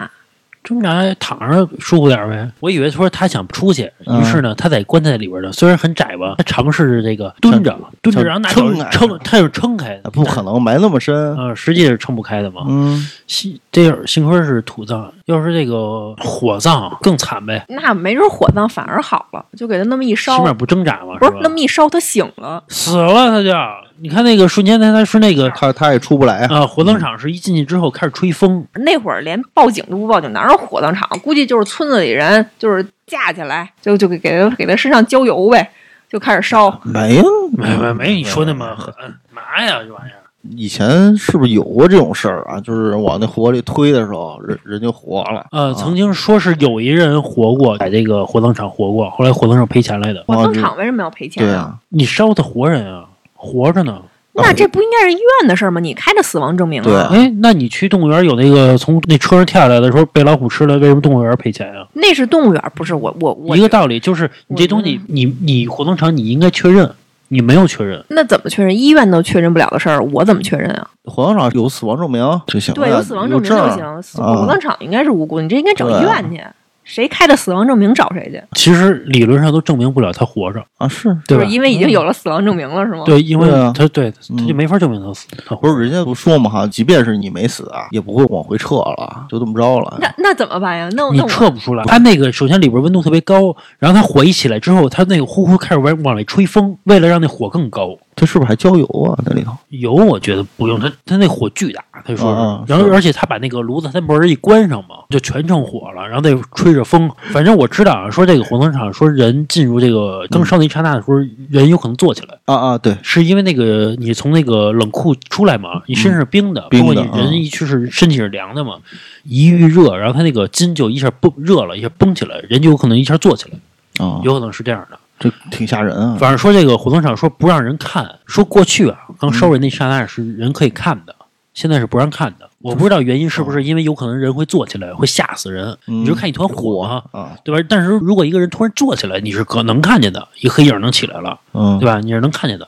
A: 挣扎躺着舒服点儿呗。我以为说他想出去，
B: 嗯
A: 于是呢，他在棺材里边呢，虽然很窄吧，他尝试着这个蹲着，蹲着，然后拿脚
B: 撑啊
A: 撑，他是撑开的，
B: 哎不可能埋那么深。
A: 啊，实际是撑不开的嘛。
B: 嗯，
A: 幸这样幸亏是土葬，要是这个火葬更惨呗，
C: 那没准火葬反而好了，就给他那么一
A: 起
C: 烧，
A: 码不挣扎嘛，
C: 不
A: 是
C: 是
A: 吧？
C: 那么一烧他醒了，
A: 死了他就，你看那个瞬间，他他说那个
B: 他他也出不来啊。
A: 啊，火葬场是一进去之后开始吹风，
C: 那会儿连报警都不报警，哪有火葬场？估计就是村子里人就是架起来，就就给给他给他身上浇油呗，就开始烧。
B: 没呀，
A: 没没没你说那么狠，嘛呀这玩意儿。
B: 以前是不是有过这种事儿啊？就是往那火里推的时候，人人就活了。
A: 呃，
B: 啊
A: 曾经说是有一人活过，在这个火葬场活过，后来火葬场赔钱来的。
C: 火
B: 哦
C: 葬
B: 这
C: 场为什么要赔钱
B: 对
C: 啊？
B: 啊，
A: 你烧的活人啊，活着呢。
C: 那这不应该是医院的事儿吗？你开的死亡证明
B: 对
C: 啊，
B: 啊
A: 哎，那你去动物园有那个从那车上跳下来的时候被老虎吃了，为什么动物园赔钱啊？
C: 那是动物园儿，不是我我我
A: 一个道理就是你这东西，你你火葬场你应该确认，你没有确认。
C: 那怎么确认？医院都确认不了的事儿，我怎么确认啊？
B: 火葬场有死亡证明就行了，
C: 对，有死亡证明就
B: 啊有
C: 行
B: 证。啊
C: 火葬场应该是无辜，你这应该找
B: 对啊
C: 医院去。谁开的死亡证明找谁去？
A: 其实理论上都证明不了他活着，
B: 啊，是
A: 对
C: 就
A: 吧嗯
C: 是？因为已经有了死亡证明了，是吗？
A: 对，因为
B: 对啊
A: 他对他就
B: 嗯
A: 没法证明他死，他活
B: 不
A: 着
B: 是人家不说嘛哈，即便是你没死啊，也不会往回撤了，就这么着了。
C: 那那怎么办呀？那
A: 你
C: 那我
A: 测不出来。它那个首先里边温度特别高，然后它火一起来之后，它那个呼呼开始往往里吹风，为了让那火更高。
B: 这是不是还浇油啊？那里头
A: 油我觉得不用，它它那火巨大，他说是，
B: 嗯嗯
A: 然后
B: 是
A: 而且他把那个炉子他门儿一关上嘛，就全成火了，然后再吹着风。反正我知道啊，说这个火葬场说人进入这个
B: 嗯
A: 刚烧那一刹那的时候，人有可能坐起来，
B: 啊啊，对，
A: 是因为那个你从那个冷库出来嘛，你身上是冰的，
B: 嗯冰
A: 包括
B: 的
A: 你人
B: 嗯
A: 一去是身体是凉的嘛，一遇热，然后他那个筋就一下绷热了，一下绷起来，人就有可能一下坐起来，
B: 啊，
A: 有可能是这样的。
B: 这挺吓人啊。
A: 反正说这个火葬场说不让人看，说过去啊，刚烧人那刹那是人可以看的，现在是不让看的。我不知道原因是不是因为有可能人会坐起来，会吓死人。
B: 嗯
A: 你就看一团火啊，
B: 啊，
A: 对吧？但是如果一个人突然坐起来，你是可能看见的，一黑影能起来了，
B: 嗯
A: 对，吧？你是能看见的。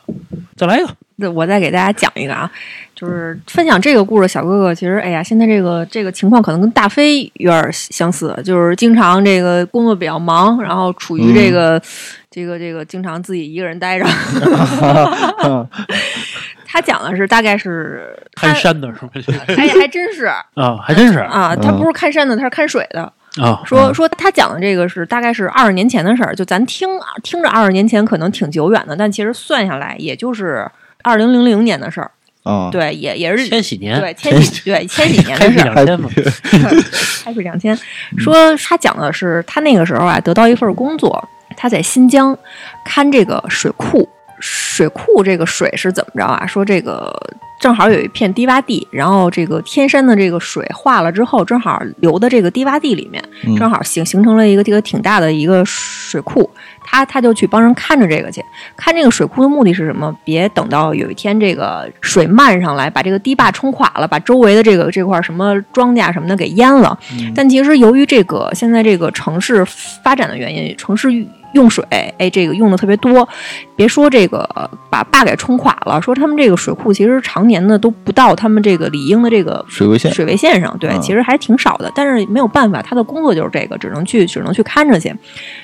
A: 再来一个，
C: 那我再给大家讲一个啊，就是分享这个故事。小哥哥，其实哎呀，现在这个这个情况可能跟大飞有点相似，就是经常这个工作比较忙，然后处于
A: 嗯
C: 这个、这个这个经常自己一个人待着。 [LAUGHS] 他讲的是大概是
A: 看
C: 他，
A: 山的是吧？
C: 哎，还真是
A: 啊，还真是啊
C: 啊，他
B: 嗯
C: 不是看山的，他是看水的。
A: 啊，
C: 说说他讲的这个是大概是二十年前的事儿，就咱听听着二十年前可能挺久远的，但其实算下来也就是二零零零年的事儿。
B: 啊，
C: [LAUGHS] 对，也也是
A: 哦千禧年，
C: 对，千禧对千禧
A: [LAUGHS]
C: 年
A: 开
C: 的
A: 辟
C: 事儿
A: 两千嘛，
C: ，Happy 两千。
A: 嗯
C: 说他讲的是他那个时候啊，得到一份工作，他在新疆看这个水库。水库这个水是怎么着啊？说这个正好有一片低洼地，然后这个天山的这个水化了之后，正好流到这个低洼地里面，
B: 嗯
C: 正好形形成了一个这个挺大的一个水库。他他就去帮人看着这个去，看这个水库的目的是什么？别等到有一天这个水漫上来，把这个堤坝冲垮了，把周围的这个这块儿什么庄稼什么的给淹了。
B: 嗯
C: 但其实由于这个现在这个城市发展的原因，城市用水，哎，这个用的特别多。别说这个呃把坝给冲垮了，说他们这个水库其实常年呢都不到他们这个理应的这个
B: 水位线
C: 水位线上，对，
B: 嗯
C: 其实还挺少的，但是没有办法，他的工作就是这个，只能去只能去看着去。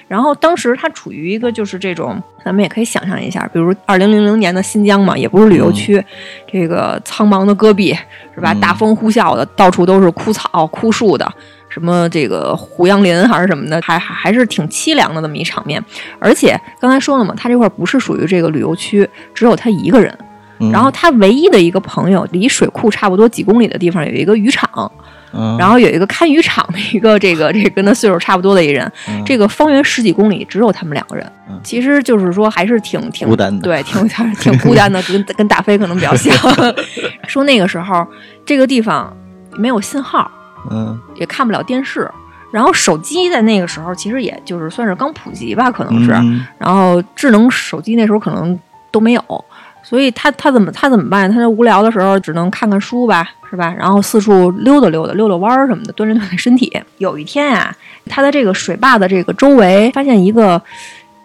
C: 然后当时他处于一个就是这种，咱们也可以想象一下，比如二零零零年的新疆嘛，也不是旅游区，这个苍茫的戈壁是吧？
B: 嗯
C: 大风呼啸的，到处都是枯草、枯树的，什么这个胡杨林还是什么的，还还还是挺凄凉的这么一场面。而且刚才说了嘛，他这块儿不是属于这个旅游区，只有他一个人。
B: 嗯
C: 然后他唯一的一个朋友，离水库差不多几公里的地方有一个渔场，
B: 嗯，
C: 然后有一个看渔场的一个这个这个跟他岁数差不多的一人，
B: 嗯
C: 这个方圆十几公里只有他们两个人
B: 嗯，
C: 其实就是说还是挺挺
B: 孤单的
C: 对，挺挺挺孤单的，跟跟大飞可能比较像。 [LAUGHS] 说那个时候这个地方没有信号，
B: 嗯
C: 也看不了电视，然后手机在那个时候其实也就是算是刚普及吧，可能
B: 嗯
C: 是，
B: 嗯
C: 然后智能手机那时候可能都没有，所以他他怎么他怎么办？他就无聊的时候只能看看书吧，是吧？然后四处溜达溜达，溜溜弯儿什么的，锻炼锻炼身体。有一天啊，他在这个水坝的这个周围发现一个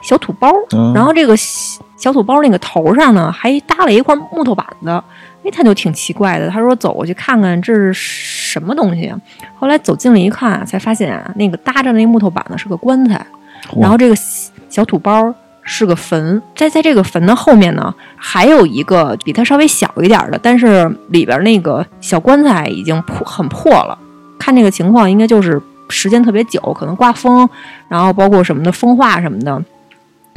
C: 小土包，
B: 嗯，
C: 然后这个小小土包那个头上呢还搭了一块木头板子。哎，他就挺奇怪的，他说走过去看看这是什么东西啊。后来走近了一看啊，才发现啊，那个搭着那木头板子是个棺材。
B: 嚯
C: 然后这个小小土包是个坟，在在这个坟的后面呢，还有一个比它稍微小一点的，但是里边那个小棺材已经破很破了。看这个情况，应该就是时间特别久，可能刮风，然后包括什么的风化什么的。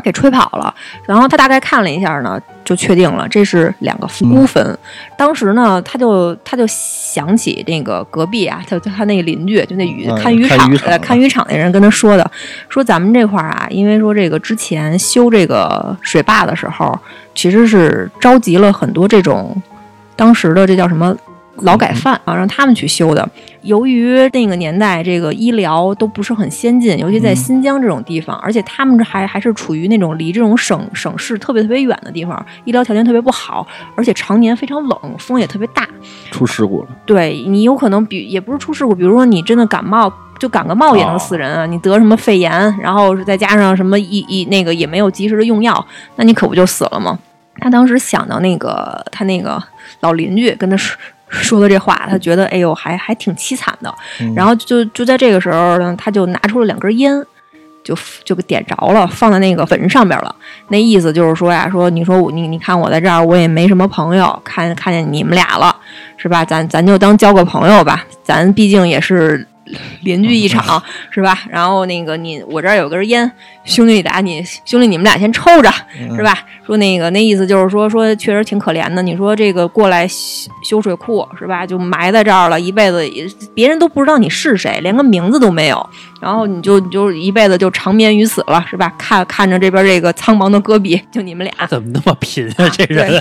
C: 给吹跑了，然后他大概看了一下呢，就确定了这是两个孤坟。当时呢，他就他就想起那个隔壁啊，他他那个邻居，就那渔、
B: 嗯
C: 看渔
B: 看
C: 场
B: 渔
C: 的
B: 场的
C: 看渔场那人跟他说的，说咱们这块儿啊，因为说这个之前修这个水坝的时候，其实是召集了很多这种当时的这叫什么劳改犯啊，让他们去修的。由于那个年代这个医疗都不是很先进，尤其在新疆这种地方，而且他们这还还是处于那种离这种省省市特别特别远的地方，医疗条件特别不好，而且常年非常冷，风也特别大。
B: 嗯出事故了，
C: 对你有可能比也不是出事故，比如说你真的感冒，就感个冒也能死人啊！你得什么肺炎，然后再加上什么一一那个也没有及时的用药，那你可不就死了吗？他当时想到那个他那个老邻居跟他说说的这话，他觉得哎呦还还挺凄惨的，
B: 嗯
C: 然后就就在这个时候呢，他就拿出了两根烟。就就给点着了，放在那个坟上边了。那意思就是说呀，说你说我你你看我在这儿，我也没什么朋友，看看见你们俩了，是吧？咱咱就当交个朋友吧，咱毕竟也是邻居一场，是吧？然后那个你我这儿有根烟，兄弟俩你兄弟你们俩先抽着，是吧？说那个那意思就是说说确实挺可怜的，你说这个过来修修水库是吧？就埋在这儿了，一辈子也别人都不知道你是谁，连个名字都没有，然后你就你就一辈子就长眠于此了，是吧？看看着这边这个苍茫的戈壁，就你们俩
A: 他。怎么那么贫啊？这
C: 对
A: 人，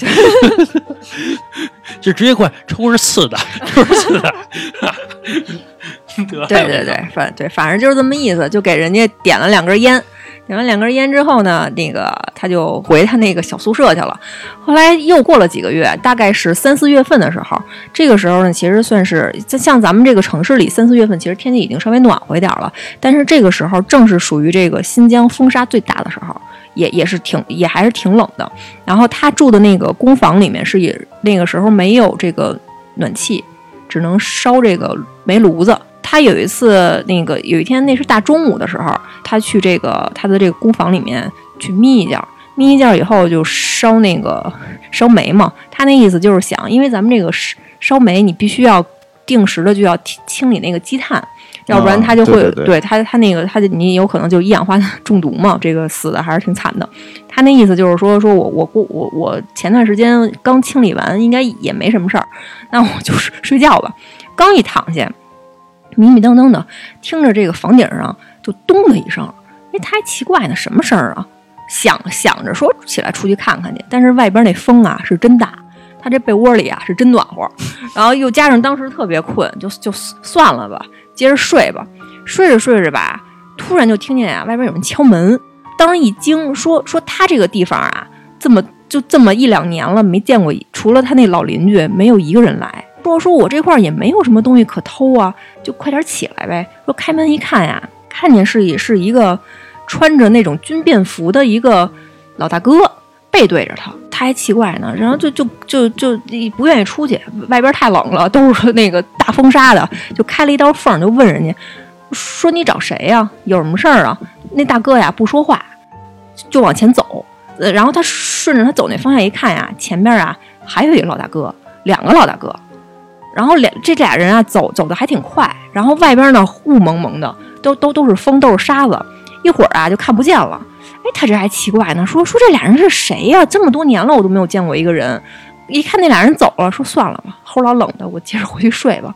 A: 就直接过来抽是刺的，抽是刺的。 [LAUGHS] 得了
C: 对对对，反对，反正就是这么意思，就给人家点了两根烟，点完两根烟之后呢，那个他就回他那个小宿舍去了。后来又过了几个月，大概是三四月份的时候，这个时候呢，其实算是就像咱们这个城市里三四月份，其实天气已经稍微暖和一点了，但是这个时候正是属于这个新疆风沙最大的时候。也也是挺也还是挺冷的，然后他住的那个公房里面是也那个时候没有这个暖气，只能烧这个煤炉子。他有一次，那个有一天，那是大中午的时候，他去这个他的这个工坊里面去眯一觉，眯一觉以后就烧那个 [LAUGHS] 烧煤嘛。他那意思就是想，因为咱们这个烧烧煤，你必须要定时的就要清清理那个积碳，要不然
B: 啊
C: 它就会、
B: 对对对
C: 它它那个它就你有可能就一氧化碳中毒嘛，这个死的还是挺惨的。他那意思就是说，说我我过我我前段时间刚清理完，应该也没什么事儿，那我就睡睡觉吧。刚一躺下，迷迷瞪瞪的听着这个房顶上就咚的一声，哎，他还奇怪呢，什么声儿啊？想想着说起来出去看看去，但是外边那风啊是真大，他这被窝里啊是真暖和，然后又加上当时特别困，就就算了吧，接着睡吧。睡着睡着吧，突然就听见啊外边有人敲门，当时一惊，说说他这个地方啊，这么就这么一两年了，没见过除了他那老邻居，没有一个人来。说说我这块儿也没有什么东西可偷啊，就快点起来呗。说开门一看呀，看见是也是一个穿着那种军便服的一个老大哥，背对着他，他还奇怪呢，然后就就就就不愿意出去，外边太冷了，都是那个大风沙的，就开了一道缝儿，就问人家说你找谁呀、有什么事儿啊？那大哥呀不说话，就往前走，呃，然后他顺着他走那方向一看呀，前边啊还有一个老大哥，两个老大哥，然后俩这俩人啊走走的还挺快，然后外边呢雾蒙蒙的，都都都是风，都是沙子，一会儿啊就看不见了。哎，他这还奇怪呢，说说这俩人是谁呀、这么多年了，我都没有见过一个人。一看那俩人走了，说算了吧，齁老冷的，我接着回去睡吧。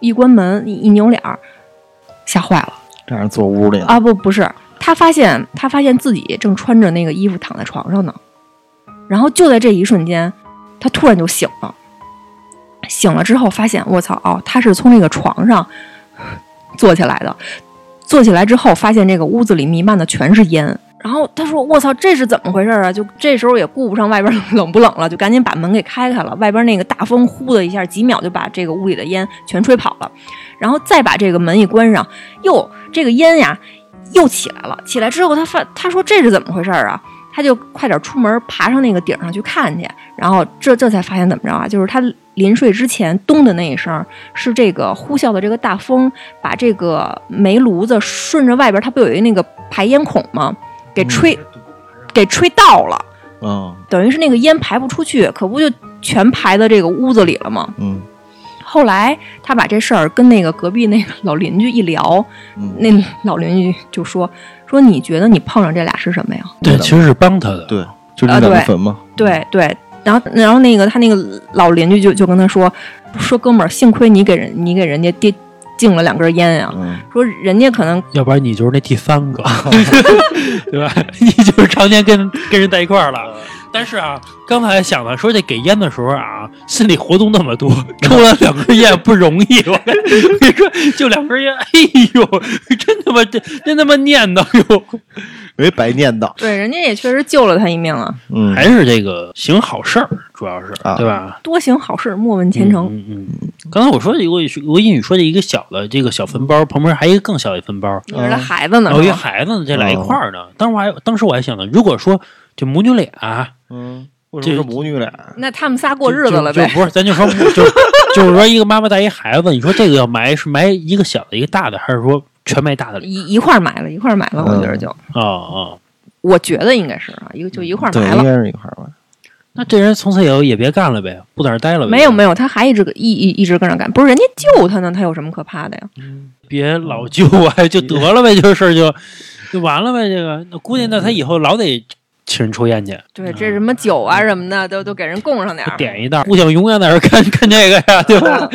C: 一关门，一一扭脸儿，吓坏了
B: 这样坐屋里了，
C: 啊！不，不是，他发现他发现自己正穿着那个衣服躺在床上呢，然后就在这一瞬间，他突然就醒了。醒了之后发现，我操哦，他是从那个床上坐起来的，坐起来之后发现这个屋子里弥漫的全是烟。然后他说：“我操，这是怎么回事啊？”就这时候也顾不上外边 [LAUGHS] 冷不冷了，就赶紧把门给开开了。外边那个大风呼的一下，几秒就把这个屋里的烟全吹跑了，然后再把这个门一关上，哟，这个烟呀又起来了。起来之后，他发他说：“这是怎么回事啊？”他就快点出门，爬上那个顶上去看去。然后这这才发现怎么着啊？就是他临睡之前咚的那一声，是这个呼啸的这个大风把这个煤炉子顺着外边，它不有一个那个排烟孔吗？给吹、给吹倒了，
B: 嗯
C: 等于是那个烟排不出去，可不就全排到这个屋子里了吗？
B: 嗯
C: 后来他把这事儿跟那个隔壁那个老邻居
A: [LAUGHS]
C: 一聊，
B: 嗯，
C: 那老邻居就说说你觉得你碰上这俩是什么呀？
A: 对，其实是帮他的。
B: 对，就是那
C: 啊
B: 两个
C: 对
B: 坟嘛，
C: 对对，然后然后那个他那个老邻居就就跟他说说哥们儿，幸亏你给人你给人家递敬了两根烟呀、
B: 嗯，
C: 说人家可能
A: 要不然你就是那第三个，对吧？你就是常年跟跟人在一块儿了。但是啊，刚才想的说这给烟的时候啊，心里活动那么多，抽了两根烟不容易。我跟你说，就两根烟，哎呦，真他妈真真他妈念叨哟！
B: 没白念叨，
C: 对人家也确实救了他一命啊，
B: 嗯，
A: 还是这个行好事儿，主要是、
B: 啊
A: 对吧？
C: 多行好事，莫问前程。
A: 嗯嗯嗯。刚才我说的一个，我英语说的一个小的这个小分包，旁边还有一个更小的一分包，
C: 你是他孩子呢，
A: 然后哦一
C: 是
A: 个
C: 吧哦
A: 孩子呢，这俩一块儿呢。当时我还当时我还想呢，如果说这母女俩、
B: 嗯，为
A: 什么是
B: 什么是母女俩？
C: 那他们仨过日子了
A: 就
C: 呗
A: 就。不是，咱就说，就 [LAUGHS] 就是说，一个妈妈带一孩子，你说这个要埋是埋一个小的，一个大的，还是说全埋大的里？
C: 一一块儿买了，一块儿买了，我觉得就，
A: 啊、啊、
C: 哦我觉得应该是啊，一个就一块儿
B: 对，
C: 买
B: 应
C: 了。
B: 该是一块儿吧。
A: 那这人从此以后也别干了呗，不在那儿待了呗。
C: 没有没有，他还一直一一一直跟着干，不是人家救他呢，他有什么可怕的呀？
A: 别老救啊，就得了呗， [LAUGHS] 这事儿就就完了呗。这个那估计那他以后老得请人抽烟去，
C: 对，这什么酒啊什么的，都都给人供上点
A: 嗯 [LAUGHS]
C: 儿。
A: 点一袋儿，不想永远在这儿看看这个呀，对
C: [LAUGHS]
A: 吧？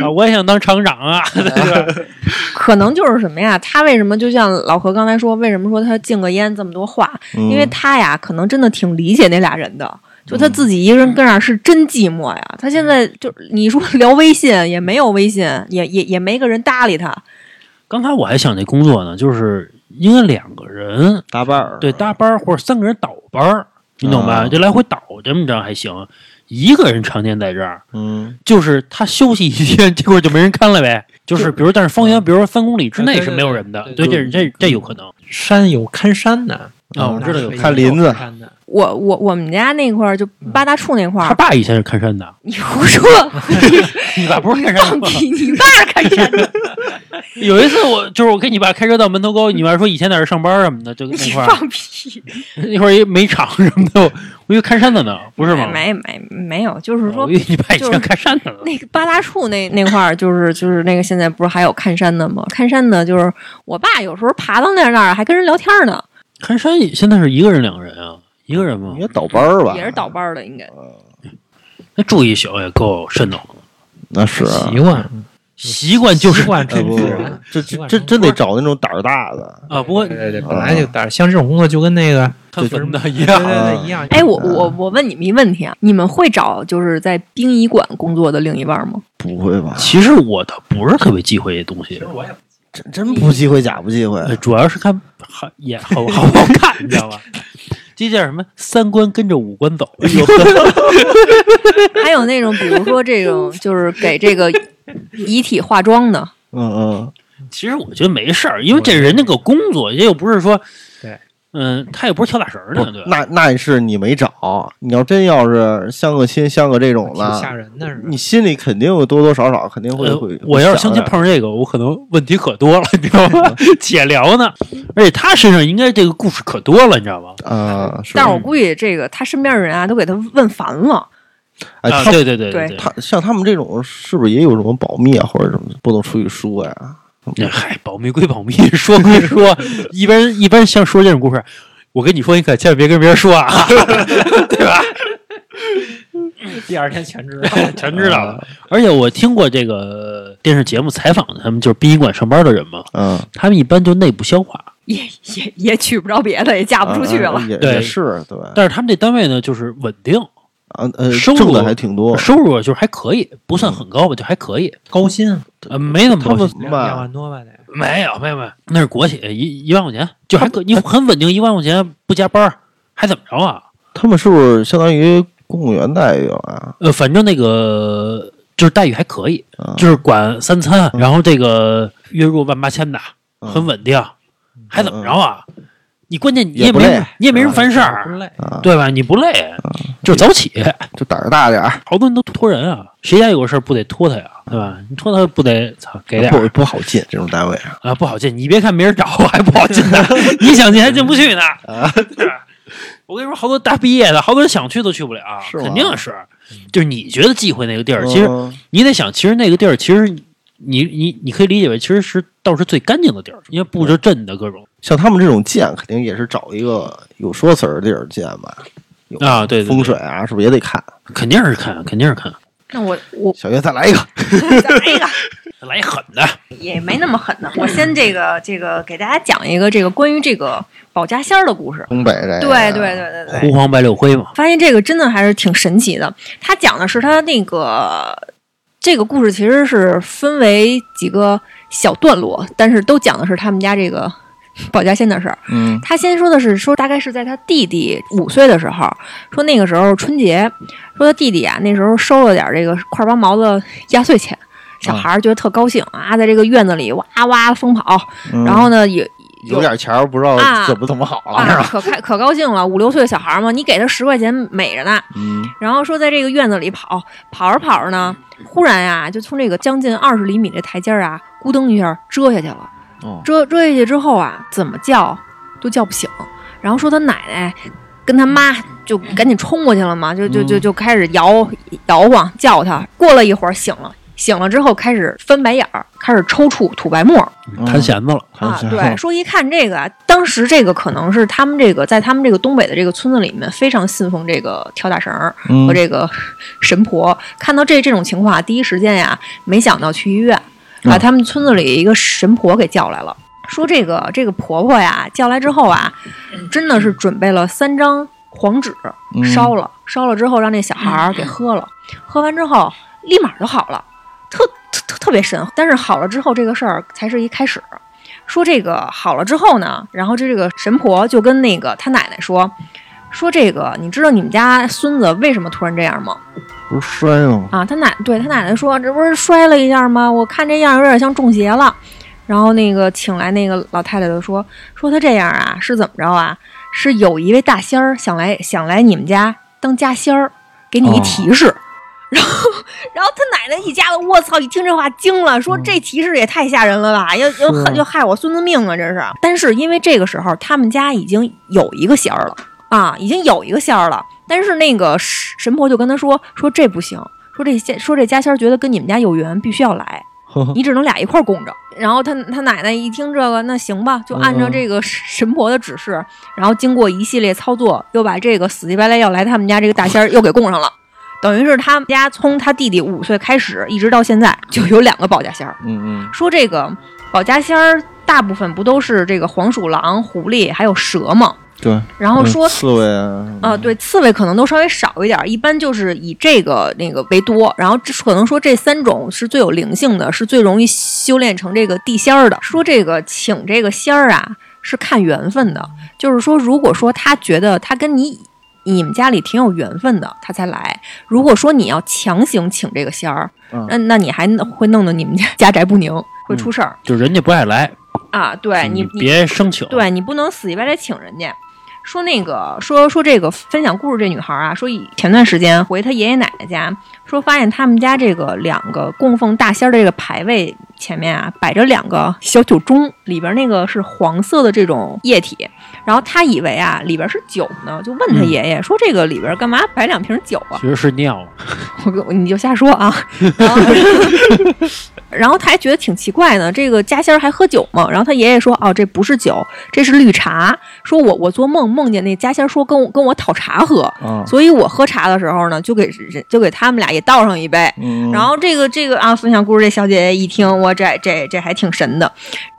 A: 啊，我也想当厂长啊，对吧？
C: 可能就是什么呀？他为什么就像老何刚才说，为什么说他敬个烟这么多话？
A: 嗯
B: 因
C: 因为他呀，可能真的挺理解那俩人的。就
A: 嗯
C: 他自己一个人跟那儿是真寂寞呀。他现在就你说聊微信也没有微信，也也也没个人搭理他。
A: 刚才我还想这工作呢，就是应该两个人
B: 搭伴儿，
A: 对，搭班儿或者三个人倒班儿，你懂吧？
B: 啊
A: 就来回倒这么着还行。一个人常年在这儿，
B: 嗯，
A: 就是他休息一天， [LAUGHS] 结果就没人看了呗。就是比如，但是方圆，比如说三公里之
D: 对
A: 内
D: 对
A: 是
D: 对
A: 没有人的，
D: 对
A: 这
D: 对
A: 这这有可能
D: 山有看山的，
A: 啊。我知道有
D: 那是
B: 看林子
D: 有山的，
C: 我我我们家那块儿就八大处那块
A: 他
C: 儿，
A: 爸以前是看山
C: [LAUGHS]
A: 的，
C: 你胡说，
A: [LAUGHS] 你爸不是看山
C: 放
A: 的吗？
C: 屁！你爸看山的，
A: [LAUGHS] 有一次我就是我跟你爸开车到门头沟，你爸说以前在这儿上班什么的，就
C: 你
A: 那块儿
C: 放屁！
A: 那块儿一煤场什么的，我我以为看山的呢，不是吗？哦
C: 没没没有，就是说
A: 我以为你爸以前看山的呢。
C: 那个八大处那那块儿，就是就是那个现在不是还有看山的吗？看山的，就是我爸有时候爬到那儿那儿还跟人聊天呢，
A: 看山现在是一个人两个人啊，一个人吗
D: 嗯
B: 应？该倒班儿吧？
C: 也是倒班儿的，应该。
A: 那住一宿也够瘆得慌。
B: 那是啊
D: 习惯
A: 习惯就是
D: 习惯
B: 哎
D: 成
B: 不
D: 自然，，
B: 这
D: 习
B: 这
D: 惯
B: 这
D: 成
B: 真得
D: 惯
B: 找那种胆儿大的，
A: 啊，不过
D: 对对对，本来就胆儿，像这种工作就跟那个啊
A: 看坟的一
D: 对
A: 样，
D: 对对一样。
C: 哎，我我我问你们一问题啊，你们会找就是在殡仪馆工作的另一半吗？
B: 不会吧？
A: 其实我倒不是特别忌讳这东西，
D: 我也
B: 真真不忌讳，假不忌讳
A: 呃，主要是看好也
D: [LAUGHS]
A: 好好不好看，你知道吧？这叫什么？三观跟着五官走。
D: 哎
C: 还有那种比如说这种就是给这个遗体化妆的，
B: 嗯嗯，
A: 其实我觉得没事儿，因为这人家个工作，也又不是说，
D: 对，
A: 嗯，他也不是跳大神儿
B: 不
A: 的，
B: 是
A: 对吧？
B: 那那是你没找，你要真要是相个亲相个这种
D: 挺吓
B: 的，
D: 人的是吧
B: 你？心里肯定有多多少少肯定会
A: 呃
B: 会。
A: 我要是相亲
B: 会想着
A: 碰上这个，我可能问题可多了，你知道
D: [LAUGHS]
A: 吗？且聊呢，而且他身上应该这个故事可多了，你知道吗？
B: 啊，是
C: 但是我估计这个他身边的人啊都给他问烦了，
B: 哎，
A: 啊，
B: 他
A: 对对对
C: 对
A: 对，
B: 他像他们这种是不是也有什么保密啊，或者什么不能出去说呀？
A: 哎 [LAUGHS] 那嗨，保密归保密，说归说，一般一般像说这种故事，我跟你说，你可千万别跟别人说啊，对吧？
D: 第二天全知道。
A: 全知道了。而且我听过这个电视节目采访的，他们就是殡仪馆上班的人嘛，
B: 嗯，
A: 他们一般就内部消化。
C: 也也也娶不着别的，也嫁不出去了。
B: 啊也
A: 对
B: 也是对，
A: 但是他们这单位呢，就是稳定，
B: 啊呃，
A: 收入
B: 挣的还挺多，
A: 收入啊就是还可以，不算很高吧，就还可以，
D: [LAUGHS] 高薪啊
A: 呃，没那么
B: 他
A: 高
B: 们
A: 薪。
D: 两
B: 吧
D: 两万多吧得。
A: 没有，没有，没有，那是国企，一一万块钱就还可，你很稳定，一万块钱不加班儿，还怎么着啊？
B: 他们是不是相当于公务员待遇啊？
A: 呃，反正那个就是待遇还可以，
B: 啊
A: 就是管三餐，
B: 嗯
A: 然后这个月入万八千的，
B: 嗯
A: 很稳定，还怎么着啊？你关键你
B: 也
A: 也
B: 不
A: 没
B: 累嗯
A: 你也没什么
D: 完
A: 烦事儿，
D: 不累。
B: 啊，
A: 对吧？你不累，就是早起，
B: 就胆儿大点儿，
A: 好多人都托人啊，谁家有个事儿不得托他呀，对吧？你托他不得操给点儿
B: 不不好进这种单位啊。
A: 啊，不好进。你别看没人找，还不好进
B: [LAUGHS]
A: 呢，你想进还进不去呢。
B: 啊
A: 是吧我跟你说，好多大毕业的，好多人想去都去不了，
B: 是吗
A: 肯定是，就是你觉得忌讳那个地儿，其实
B: 嗯
A: 你得想，其实那个地儿，其实你你你可以理解为，其实是倒是最干净的地儿，因为布置镇的各种
B: 像他们这种建，肯定也是找一个有说辞儿的地儿建吧，有
A: 啊，对对
B: 风水啊，是不是也得看？
A: 对肯定是看，肯定是看，
C: 那我我
B: 小月再来一个，
C: 这个
A: 来一狠的，
C: 也没那么狠呢。我先这个这个给大家讲一个这个关于这个保家仙儿的故事。
B: 东北这个，
C: 对对对对对，
A: 胡黄白柳灰嘛，
C: 发现这个真的还是挺神奇的。他讲的是他那个这个故事其实是分为几个小段落，但是都讲的是他们家这个保家仙的事儿。
B: 嗯
C: 他先说的是说，大概是在他弟弟五岁的时候，说那个时候春节，说他弟弟啊那时候收了点这个块八毛的压岁钱，小
B: 嗯
C: 孩儿觉得特高兴啊，在这个院子里哇哇疯跑，
B: 嗯，
C: 然后呢也
B: 有点钱儿，不知道
C: 啊
B: 怎么怎么好了，是
C: 啊
B: 吧？
C: 可开可高兴了，五六岁小孩儿嘛，你给他十块钱美着呢。
B: 嗯，
C: 然后说在这个院子里跑，跑着跑着呢，忽然啊就从这个将近二十厘米这台阶儿啊，咕噔一下折下去了。
B: 哦，
C: 折折下去之后啊，怎么叫都叫不醒，然后说他奶奶跟他妈就赶紧冲过去了嘛，就就就就开始摇摇晃叫他。过了一会儿醒了，醒了之后开始翻白眼儿，开始抽搐、吐白沫儿
B: 嗯
A: 弹弦子了，
C: 啊。对，说一看这个啊，当时这个可能是他们这个在他们这个东北的这个村子里面非常信奉这个跳大绳儿
B: 嗯
C: 和这个神婆，看到这这种情况啊，第一时间呀、没想到去医院，把
B: 嗯
C: 他们村子里一个神婆给叫来了，说这个这个婆婆呀叫来之后啊，真的是准备了三张黄纸
B: 嗯
C: 烧了，烧了之后让那小孩儿给喝了，喝完之后立马就好了，特特特特别神。但是好了之后，这个事儿才是一开始。说这个好了之后呢，然后这这个神婆就跟那个她奶奶说，说这个你知道你们家孙子为什么突然这样吗？
B: 不是摔了吗？
C: 啊，他奶对他奶奶说，这不是摔了一下吗？我看这样有点像中邪了。然后那个请来那个老太太就说，说他这样啊是怎么着啊？是有一位大仙儿想来想来你们家当家仙儿，给你一
B: 哦
C: 提示。然后，然后他奶奶一家子，我操！一听这话惊了，说这提示也太吓人了吧，要要害要害我孙子命啊，这是。但是因为这个时候他们家已经有一个仙儿了啊，已经有一个仙儿了，但是那个神神婆就跟他说说这不行，说这仙说这家仙儿觉得跟你们家有缘，必须要来。你只能俩一块儿供着。然后他他奶奶一听这个，那行吧，就按照这个神婆的指示，然后经过一系列操作，又把这个死乞白赖要来他们家这个大仙儿又给供上了。 [LAUGHS] 等于是他们家从他弟弟五岁开始，一直到现在就有两个保家仙儿。
B: 嗯
C: 说这个保家仙儿大部分不都是这个黄鼠狼、狐狸还有蛇吗？
B: 嗯，对。
C: 然后
B: 嗯
C: 说
B: 刺猬啊，
C: 啊，对，刺猬可能都稍微少一点儿，一般就是以这个那个为多。然后这可能说这三种是最有灵性的，是最容易修炼成这个地仙儿的。说这个请这个仙儿啊，是看缘分的，就是说，如果说他觉得他跟你你们家里挺有缘分的，他才来。如果说你要强行请这个仙儿，
B: 嗯
C: 那那你还会弄得你们家 [LAUGHS] 家宅不宁，会出事儿、
A: 就是人家不爱来，
C: 啊。对
A: 嗯你
C: 你
A: 别生请，
C: 对你不能死乞白赖请人家。说那个说说这个分享故事这女孩啊，说以前段时间回她爷爷奶奶家，说发现他们家这个两个供奉大仙儿的这个牌位前面啊，摆着两个小酒盅，里边那个是黄色的这种液体。然后她以为啊里边是酒呢，就问她爷爷、说这个里边干嘛摆两瓶酒啊？
A: 其实是尿了，
C: 我跟你就瞎说啊。然后 [LAUGHS] 然后他还觉得挺奇怪呢，这个家仙儿还喝酒吗？然后他爷爷说：“哦，这不是酒，这是绿茶。”说我我做梦梦见那家仙儿说跟我跟我讨茶喝，
B: 啊，
C: 所以我喝茶的时候呢，就给人就给他们俩也倒上一杯。
B: 嗯，
C: 然后这个这个啊，分享故事这小姐姐一听，我这这这还挺神的。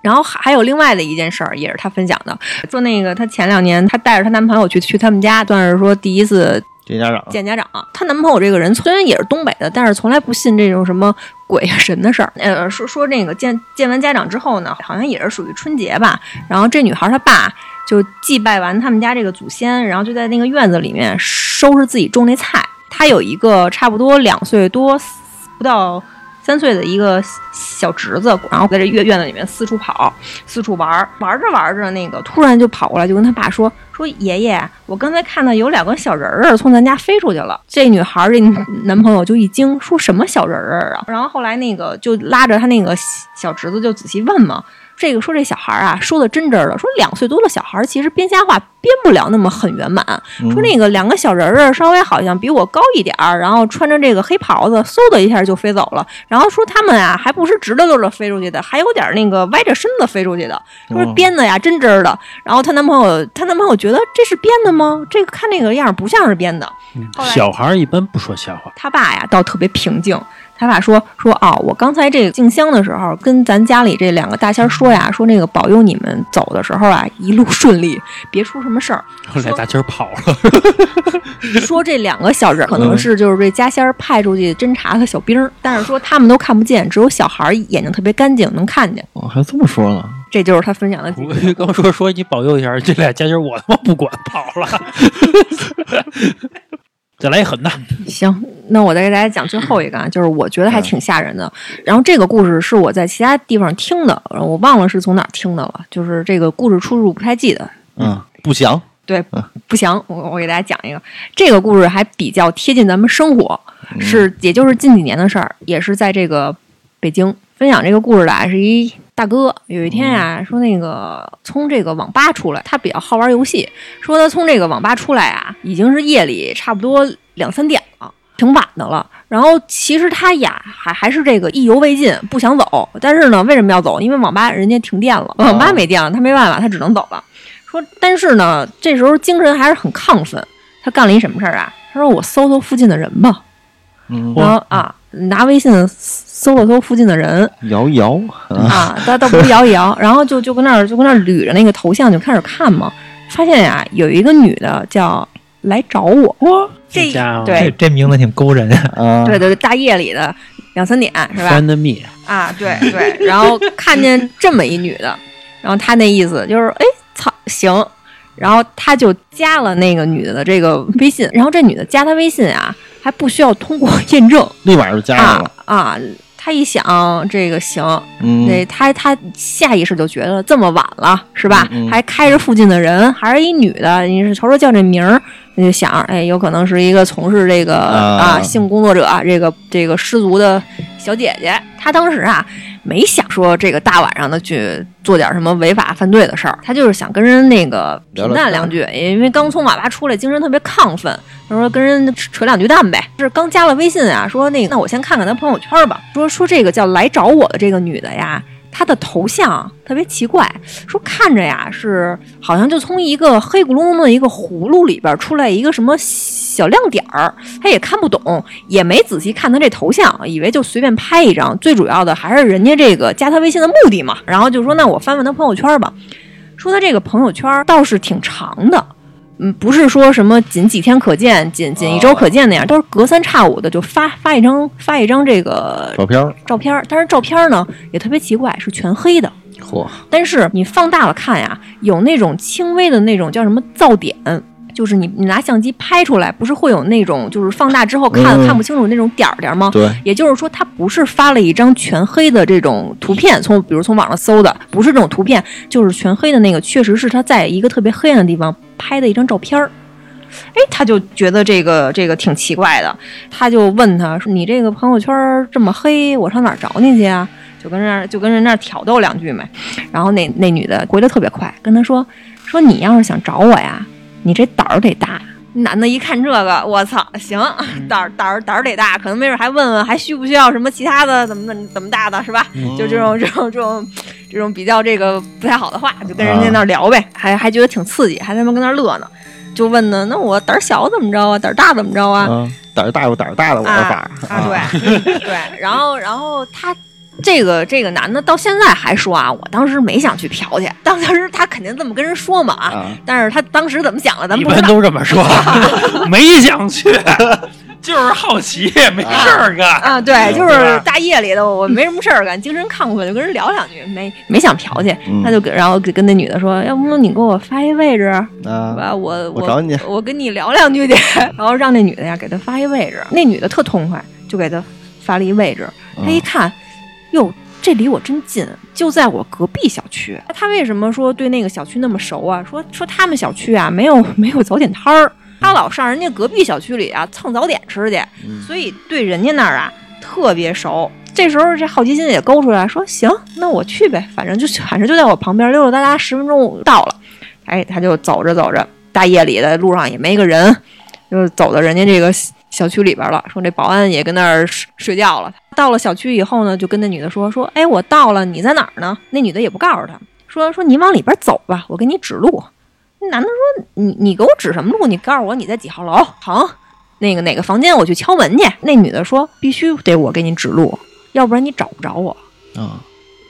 C: 然后还还有另外的一件事儿，也是她分享的，说那个她前两年她带着她男朋友去去他们家，算是说第一次
B: 见家长，
C: 见家长。她男朋友这个人虽然也是东北的，但是从来不信这种什么鬼啊神的事儿。 [LAUGHS] 呃，说说那个见见完家长之后呢，好像也是属于春节吧。然后这女孩她爸就祭拜完他们家这个祖先，然后就在那个院子里面收拾自己种那菜。她有一个差不多两岁多，不到。三岁的一个小侄子，然后在这院院子里面四处跑，四处玩儿，玩着玩着，那个突然就跑过来，就跟他爸说：“说爷爷，我刚才看到有两个小人儿啊从咱家飞出去了。”这女孩儿这男朋友就一惊，说什么小人儿啊？然后后来那个就拉着他那个小侄子就仔细问嘛。这个说这小孩儿啊，说的真真儿的，说两岁多的小孩儿其实编瞎话编不了那么很圆满，
B: 嗯
C: 说那个两个小人儿啊稍微好像比我高一点儿，然后穿着这个黑袍子，嗖的一下就飞走了。然后说他们啊，还不是直溜溜的飞出去的，还有点儿那个歪着身子飞出去的，说是
B: 哦
C: 编的呀，真真儿的。然后她男朋友，她男朋友觉得这是编的吗？这个看那个样儿不像是编的。
A: 嗯
C: 后来
A: 小孩儿一般不说瞎话，
C: 他爸呀倒特别平静。他爸说说哦，我刚才这个进香的时候，跟咱家里这两个大仙儿说呀，说那个保佑你们走的时候啊，一路顺利，别出什么事儿。
A: 然后俩大仙儿跑了。
C: 说这两个小人儿可能是就是这家仙儿派出去侦查的小兵儿，但是说他们都看不见，只有小孩儿眼睛特别干净能看见。
B: 哦，还这么说呢？
C: 这就是他分享的
A: [LAUGHS]
C: 几
A: 我
C: 个。
A: 刚说说你保佑一下，这俩家仙儿我他妈不管，跑 [LAUGHS] 了。再来一狠的，
C: 行，那我再给大家讲最后一个，啊，就是我觉得还挺吓人的。然后这个故事是我在其他地方听的，然后我忘了是从哪儿听的了，就是这个故事出处不太记得，
B: 嗯，不详，
C: 对
B: 嗯，
C: 不行，我我给大家讲一个，这个故事还比较贴近咱们生活，
B: 嗯
C: 是也就是近几年的事儿，也是在这个北京分享这个故事的啊，是一大哥，有一天啊，说那个从这个网吧出来，他比较好玩游戏，说他从这个网吧出来啊，已经是夜里差不多两三点了。挺晚的了，然后其实他呀还还是这个意犹未尽，不想走。但是呢，为什么要走？因为网吧人家停电了，网吧没电了，他没办法，他只能走了。说，但是呢，这时候精神还是很亢奋。他干了一什么事儿啊？他说我搜搜附近的人吧，
B: 嗯，
C: 然后啊，拿微信搜了搜附近的人
B: 摇一摇，啊，
C: 啊， [LAUGHS] 倒倒不是摇一摇，然后就就跟那儿就跟那儿捋着那个头像就开始看嘛，发现呀、有一个女的叫来找我，这
A: 家伙
D: 这
C: 对
D: 这名字挺勾人 [LAUGHS] 啊！
B: 啊
C: 对对对，大夜里的两三点是吧？
A: ，Find me，
C: 啊，对对，然后看见这么一女的，然后他那意思就是，哎，操，行，然后他就加了那个女的的这个微信，然后这女的加他微信啊，还不需要通过验证
B: 立马就加上
C: 啊
B: 了，
C: 啊，他一想这个行，
B: 嗯，
C: 对他他下意识就觉得这么晚了是吧？
B: 嗯嗯
C: 还开着附近的人，还是一女的，你是瞅瞅叫这名儿，你就想，哎，有可能是一个从事这个
B: 啊
C: 啊性工作者啊这个这个失足的小姐姐。她当时啊没想说这个大晚上的去做点什么违法犯罪的事儿，她就是想跟人那个
B: 聊聊
C: 平
B: 天
C: 淡
B: 儿
C: 两句，因为刚从网吧出来，精神特别亢奋，他说跟人扯两句蛋呗，是刚加了微信啊，说那个那我先看看他朋友圈吧。说说这个叫来找我的这个女的呀，她的头像啊特别奇怪，说看着呀是好像就从一个黑咕隆咚的一个葫芦里边出来一个什么小亮点儿，她也看不懂，也没仔细看她这头像，以为就随便拍一张。最主要的还是人家这个加她微信的目的嘛，然后就说那我翻翻她朋友圈吧，说她这个朋友圈倒是挺长的。嗯，不是说什么仅几天可见、仅仅一周可见那样，都是隔三差五的就发发一张发一张这个
B: 照片儿，
C: 照片儿，但是照片儿呢也特别奇怪，是全黑的。
B: 嚯，
C: 但是你放大了看呀，有那种轻微的那种叫什么噪点，就是你你拿相机拍出来，不是会有那种就是放大之后看、
B: 嗯
C: 看不清楚那种点儿点儿吗？
B: 对，
C: 也就是说，他不是发了一张全黑的这种图片，从比如从网上搜的，不是这种图片，就是全黑的那个，确实是他在一个特别黑暗的地方拍的一张照片儿。哎，他就觉得这个这个挺奇怪的，他就问他说：“你这个朋友圈儿这么黑，我上哪儿找你去啊？”就跟那就跟人那儿挑逗两句呗。然后那那女的回的特别快，跟他说：“说你要是想找我呀，你这胆儿得大，男的一看这个，我操，行， [CLEARS THROAT] 胆儿胆儿胆儿得大，可能没准还问问还需不需要什么其他的，怎么怎么怎么大的，是吧？ [LAUGHS] 就这种这种这种这种比较这个不太好的话，就跟人家那儿聊呗，还还觉得挺刺激，还他妈跟那儿乐呢，就问呢，那我胆儿小怎么着啊，胆儿大怎么着啊？
B: 啊，胆儿大有胆儿大的玩法
C: 啊，，对 [LAUGHS] 对，然后然后他。这个这个男的到现在还说啊，我当时没想去嫖去，当时他肯定这么跟人说嘛啊，
B: 啊，
C: 但是他当时怎么想的，咱
A: 一
C: 们不知
A: 般
C: 道。
A: 都这么 [LAUGHS] 说，没想去， [LAUGHS] 就是好奇，没事儿干。
C: 啊，
B: 嗯
C: 对，就
A: 对
C: 是
A: 吧
C: 大夜里的，我没什么事儿干，精神亢奋，就跟人聊两句，没没想嫖去，
B: 嗯
C: 他就跟然后跟跟那女的说，要不你给我发一位置，
B: 啊，
C: 吧，呃我哎
B: 我找你
C: 我跟你聊两句去， [LAUGHS] 然后让那女的呀给他发一位置，那女的特痛快，就给他发了一位置，
B: 嗯
C: 他一看，哟。这离我真近，就在我隔壁小区。他为什么说对那个小区那么熟啊？说说他们小区啊，没有没有早点摊儿，他老上人家隔壁小区里啊蹭早点吃去，
B: 嗯
C: 所以对人家那儿啊特别熟。这时候这好奇心也勾出来，说行，那我去呗，反正就反正就在我旁边溜溜达达，十分钟到了。哎，他就走着走着，大夜里的路上也没个人，就走到人家这个小小区里边了。说这保安也跟那儿睡睡觉了。到了小区以后呢，就跟那女的说说，哎，我到了，你在哪儿呢？那女的也不告诉他，说说你往里边走吧，我给你指路。那男的说你你给我指什么路？你告诉我你在几号楼？好，那个哪个房间我去敲门去。那女的说必须得我给你指路，要不然你找不着我。
B: 啊，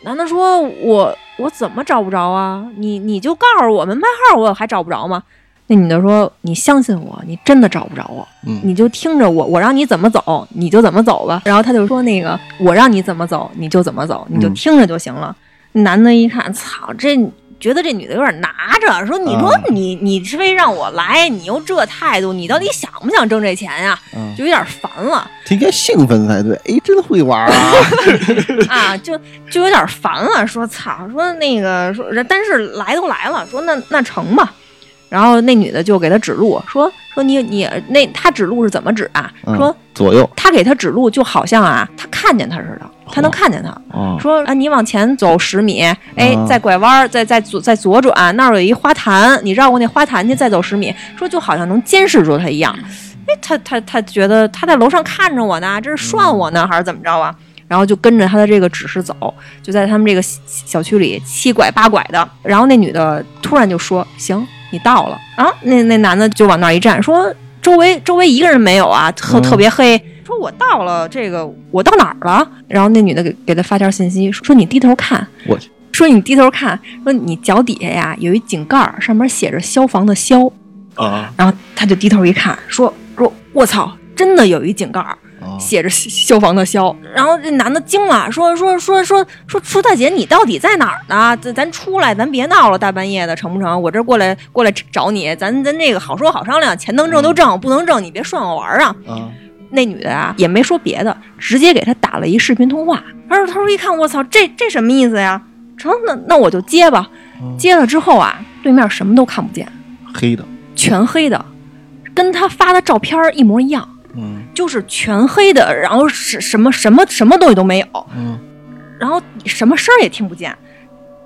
C: 男的说：“我我怎么找不着啊？你你就告诉我门牌号，我还找不着吗？”那女的说：“你相信我，你真的找不着我，
B: 嗯
C: 你就听着我，我让你怎么走，你就怎么走吧。”然后他就说：“那个，我让你怎么走，你就怎么走，你就
B: 嗯
C: 听着就行了。男的一看，操，这觉得这女的有点拿着，说：“你说
B: 啊
C: 你、你是非让我来，你又这态度，你到底想不想挣这钱呀、
B: 啊，
C: 就有点烦了。
B: 这应该兴奋才对，哎，真会玩儿
C: [LAUGHS]
B: 啊，
C: 啊，就就有点烦了，说操，说那个说，但是来都来了，说那那成吧。然后那女的就给他指路，说说你你那他指路是怎么指啊？
B: 嗯
C: 说
B: 左右
C: 他给他指路就好像啊，他看见他似的，他能
B: 嚯
C: 看见他。
B: 啊，
C: 说啊，你往前走十米，哎
B: 啊，
C: 再拐弯儿，再再左再左转，那儿有一花坛，你绕过那花坛去，再走十米。说就好像能监视住他一样，哎，他他他觉得他在楼上看着我呢，这是涮我呢，还是怎么着啊？然后就跟着他的这个指示走，就在他们这个小小区里七拐八拐的。然后那女的突然就说：“行，你到了。”啊，那那男的就往那儿一站，说：“周围周围一个人没有啊，特
B: 嗯
C: 特别黑。”说：“我到了，这个我到哪儿了？”然后那女的给给他发条信息，说：“你低头看。”
B: 我去
C: 说你低头看，说你脚底下呀有一井盖儿，上面写着消防的消。
B: 啊，
C: 然后他就低头一看，说说我操，真的有一井盖儿，
B: 啊
C: 写着消消防的消。然后这男的惊了，说说说说说说大姐，你到底在哪儿呢？咱咱出来，咱别闹了，大半夜的成不成？我这过来过来找你，咱咱这个好说好商量，钱能挣就挣，不能挣你别涮我玩儿啊。
B: 啊，
C: 那女的啊也没说别的，直接给他打了一视频通话。他说：“他说一看，我操，这这什么意思呀？成，那那我就接吧。
B: 嗯
C: 接了之后啊，对面什么都看不见，
B: 黑的，
C: 全黑的，跟他发的照片一模一样，
B: 嗯
C: 就是全黑的，然后是什么什么什么东西都没有，
B: 嗯
C: 然后什么声儿也听不见，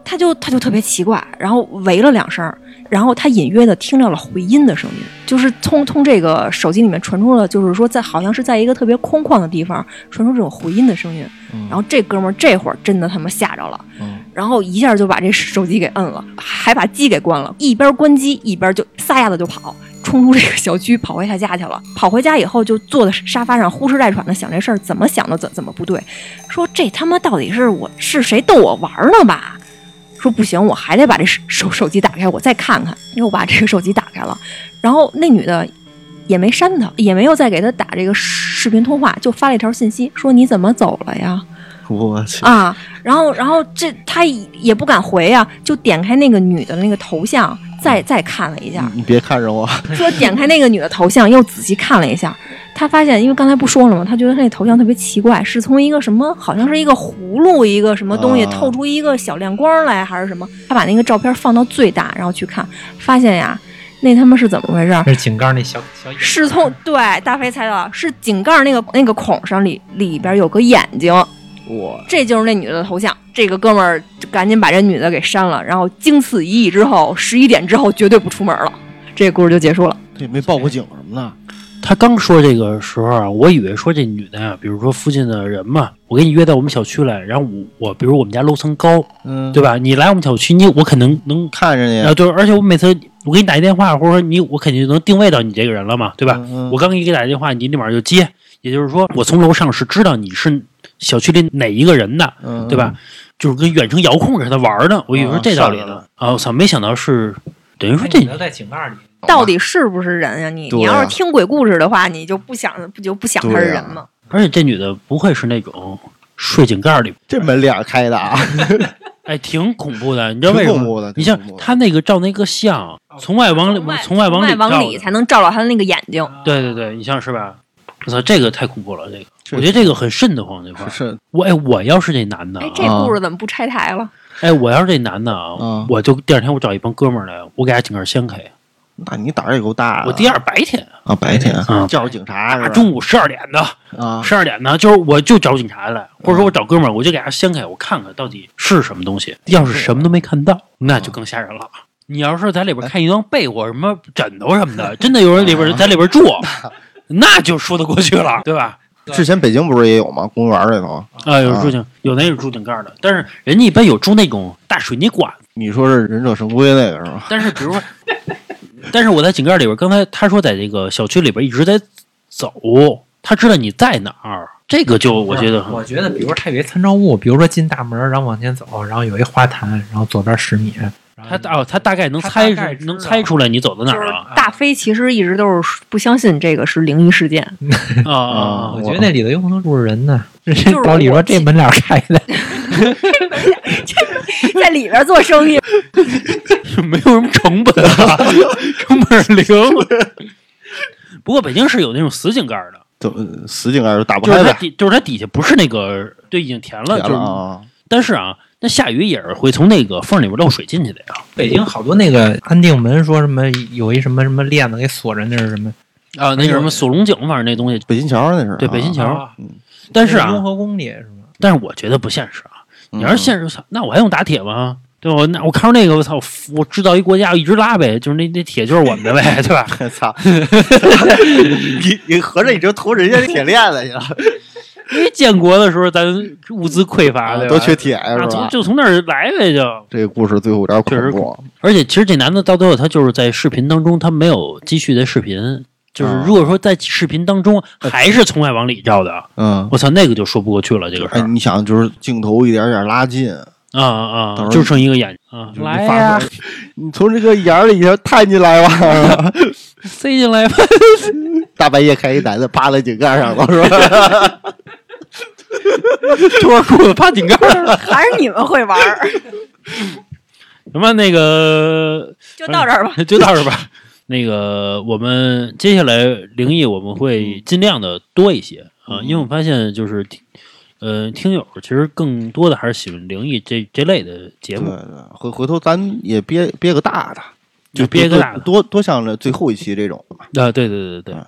C: 他就他就特别奇怪，然后围了两声儿，然后他隐约的听到了回音的声音，就是从从这个手机里面传出了，就是说在好像是在一个特别空旷的地方传出这种回音的声音，
B: 嗯，
C: 然后这哥们儿这会儿真的他妈吓着了，
B: 嗯
C: 然后一下就把这手机给摁了，还把机给关了，一边关机一边就撒丫子就跑，冲出这个小区跑回他家去了。跑回家以后就坐在沙发上呼哧带喘的想这事儿，怎么想都怎怎么不对，说这他妈到底是我是谁逗我玩儿呢吧？说不行，我还得把这手手手机打开，我再看看。又把这个手机打开了，然后那女的也没删他，也没有再给他打这个视频通话，就发了一条信息说你怎么走了呀？
B: 嗯我去，
C: 啊，然后然后这他也不敢回啊，就点开那个女的那个头像，再再看了一下，
B: 你别看着我，
C: [LAUGHS] 说点开那个女的头像，又仔细看了一下，他发现，因为刚才不说了吗？他觉得他那头像特别奇怪，是从一个什么，好像是一个葫芦，一个什么东西
B: 啊
C: 透出一个小亮光来，还是什么？他把那个照片放到最大，然后去看，发现呀，那他妈是怎么回事儿？
D: 那是井盖那小小眼儿，
C: 是从对大飞猜到是井盖那个那个孔上里里边有个眼睛，
B: 我
C: 这就是那女的头像。这个哥们儿就赶紧把这女的给删了，然后经此一役之后，十一点之后绝对不出门了。这个故事就结束了。
B: 他也没报过警什么的。
A: 他刚说这个时候啊，我以为说这女的呀、比如说附近的人嘛，我给你约到我们小区来，然后我我比如我们家楼层高，
B: 嗯，
A: 对吧？你来我们小区，你我肯定能
B: 看着你，
C: 呃
A: 啊，对，而且我每次我给你打一电话，或者说你我肯定能定位到你这个人了嘛，对吧？
B: 嗯嗯
A: 我刚给你打电话，你立马就接，也就是说，我从楼上是知道你是小区里哪一个人的，
B: 嗯
A: 对吧？？就是跟远程遥控似的玩儿呢。我以为是这道理呢
B: 啊，
A: 啊，我操，没想到是等于说
B: 哎
A: 这
D: 你要在井盖里，
C: 到底是不是人呀、你
B: 对
C: 你
B: 呀
C: 要是听鬼故事的话，你就不想不就不想他是人吗？
A: 而且这女的不会是那种睡井盖里，
B: 这门脸儿开的啊，
A: 哎，挺恐怖的。你知道为什
B: 挺恐
A: 么？
B: 怖的
A: 你像
B: 挺恐怖的
A: 她那个照那个像，从外往里
C: 哦从外，
A: 从外往
C: 从
A: 里啊
C: 外往
A: 照
C: 里
A: 的
C: 才能照到他的那个眼睛。
A: 对对对，你像是吧？我操，这个太恐怖了，这个
B: 是
A: 我觉得这个很瘆得慌，这块儿。
B: [LAUGHS] 是
A: 我哎，我要是这男的
C: 哎
A: 啊，，
C: 这故事怎么不拆台了？
A: 哎，我要是这男的啊
B: 嗯，
A: 我就第二天我找一帮哥们儿来，我给他井盖掀开。
B: 那你胆儿也够大的。
A: 我第二白天
B: 啊，白天
A: 啊
B: 叫着警察是
A: 啊，
B: 吧？
A: 中午十二点的，
B: 啊，
A: 十二点呢，就是我就找警察来，或者说我找哥们儿，我就给他掀开，我看看到底是什么东西。要是什么都没看到，那就更吓人了。哎你要是在里边看一张被窝、什么枕头什么 [LAUGHS] 的，真的有人里边在里边 [LAUGHS] 住，那就说得过去了，对吧？
B: 之前北京不是也有吗？公园里头，
A: 啊，有住井，有那是住井盖的，但是人家一般有住那种大水泥管，
B: 你说是忍者神龟那个是吧？
A: 但是比如说， [LAUGHS] 但是我在井盖里边，刚才他说在这个小区里边一直在走，他知道你在哪儿，这个就我觉得很
D: 我觉得，比如他有一参照物，比如说进大门，然后往前走，然后有一花坛，然后左边十米，然
A: 他
D: 后
A: 哦，他大概能
D: 他大
A: 猜
D: 概
A: 出
D: 知
A: 能
D: 道
A: 猜出来你走到哪
C: 就
A: 儿啊
C: 是
A: 了
C: 大飞其实一直都是不相信这个是灵异事件，
A: 啊啊啊！
D: 我觉得那里头有可能住着
A: [LAUGHS]
D: 人呢。这
C: 是
D: 老李
C: 我
D: 说这门脸开的， [LAUGHS]
C: 在里边做生意，
A: 没有什么成本啊， [LAUGHS] 成本是零。 [LAUGHS] 不过北京是有那种死井盖的，
B: 都呃死井盖是打不
A: 就是
B: 开
A: 它
B: 的，
A: 底，就是它底下不是那个，对，已经填了，
B: 填
A: 就是
B: 了啊，
A: 但是啊，那下雨也是会从那个缝里边漏水进去的呀。
D: 北京好多那个安定门，说什么有一什么什么链子给锁着，那是什么？
A: 啊，那个什么锁龙井，反正那东西，
B: 北京桥那是啊，
A: 对，北新桥。
D: 啊
A: 但是
D: 雍
A: 啊，
D: 和宫里是吗？
A: 但是我觉得不现实啊。
B: 嗯，
A: 你要是现实，操那我还用打铁吗？对吧？我那我看着那个，我操，我制造一国家，我一直拉呗，就是那那铁就是我们的呗，对吧？
B: [LAUGHS]
A: [LAUGHS]
B: 操，你你合着你这图人家铁链子去了，
A: 因为 [LAUGHS] 建国的时候咱物资匮乏， [LAUGHS] 对吧
B: 都缺铁
A: 啊，
B: 是
A: 从
B: 吧？
A: 就从那儿来呗，就。
B: 这个故事最后有点
A: 确实
B: 恐怖，
A: 而且其实这男的到最后他就是在视频当中，他没有继续的视频，就是
B: 啊哎
A: 如果说在视频当中还是从外往里照的，
B: 嗯。
A: 我操，那个就说不过去了，这个事
B: 哎，
A: 儿
B: 你想，就是镜头一点点拉近，
A: 啊啊
B: 到时
A: 啊，
B: 候
A: 就剩一个眼睛啊，
B: 就是
A: 来
B: 你发
A: 呀，
B: 出 [LAUGHS] 你从这个眼儿里头探进来吧，
A: 塞进来吧，
B: 大半夜开一男的趴在井盖 [LAUGHS] 上了，是吧？
A: 脱裤子趴井盖儿，
C: 还是你们会玩儿？
A: 什么那个
C: 就到这儿
A: [LAUGHS]
C: 吧。
A: 就到这儿吧。那个，我们接下来灵异我们
C: 嗯
A: 会尽量的多一些啊，
B: 嗯
A: 因为我发现就是听，呃，听友其实更多的还是喜欢灵异这这类的节
B: 对
A: 目。
B: 对，回回头咱也憋憋个大的，
A: 就憋个
B: 多
A: 大的
B: 多多像这最后一期这种的吧。
A: 啊，对对对对对
B: 嗯。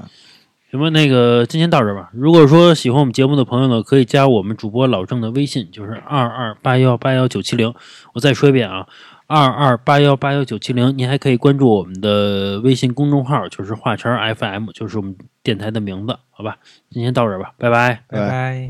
A: 什么那个，今天到这儿吧。如果说喜欢我们节目的朋友呢，可以加我们主播老郑的微信，就是二二八幺八幺九七零。我再说一遍啊，二二八幺八幺九七零。您还可以关注我们的微信公众号，就是华晨 FM，就是我们电台的名字，好吧？今天到这儿吧，拜拜。
D: 拜
B: 哎
D: 拜。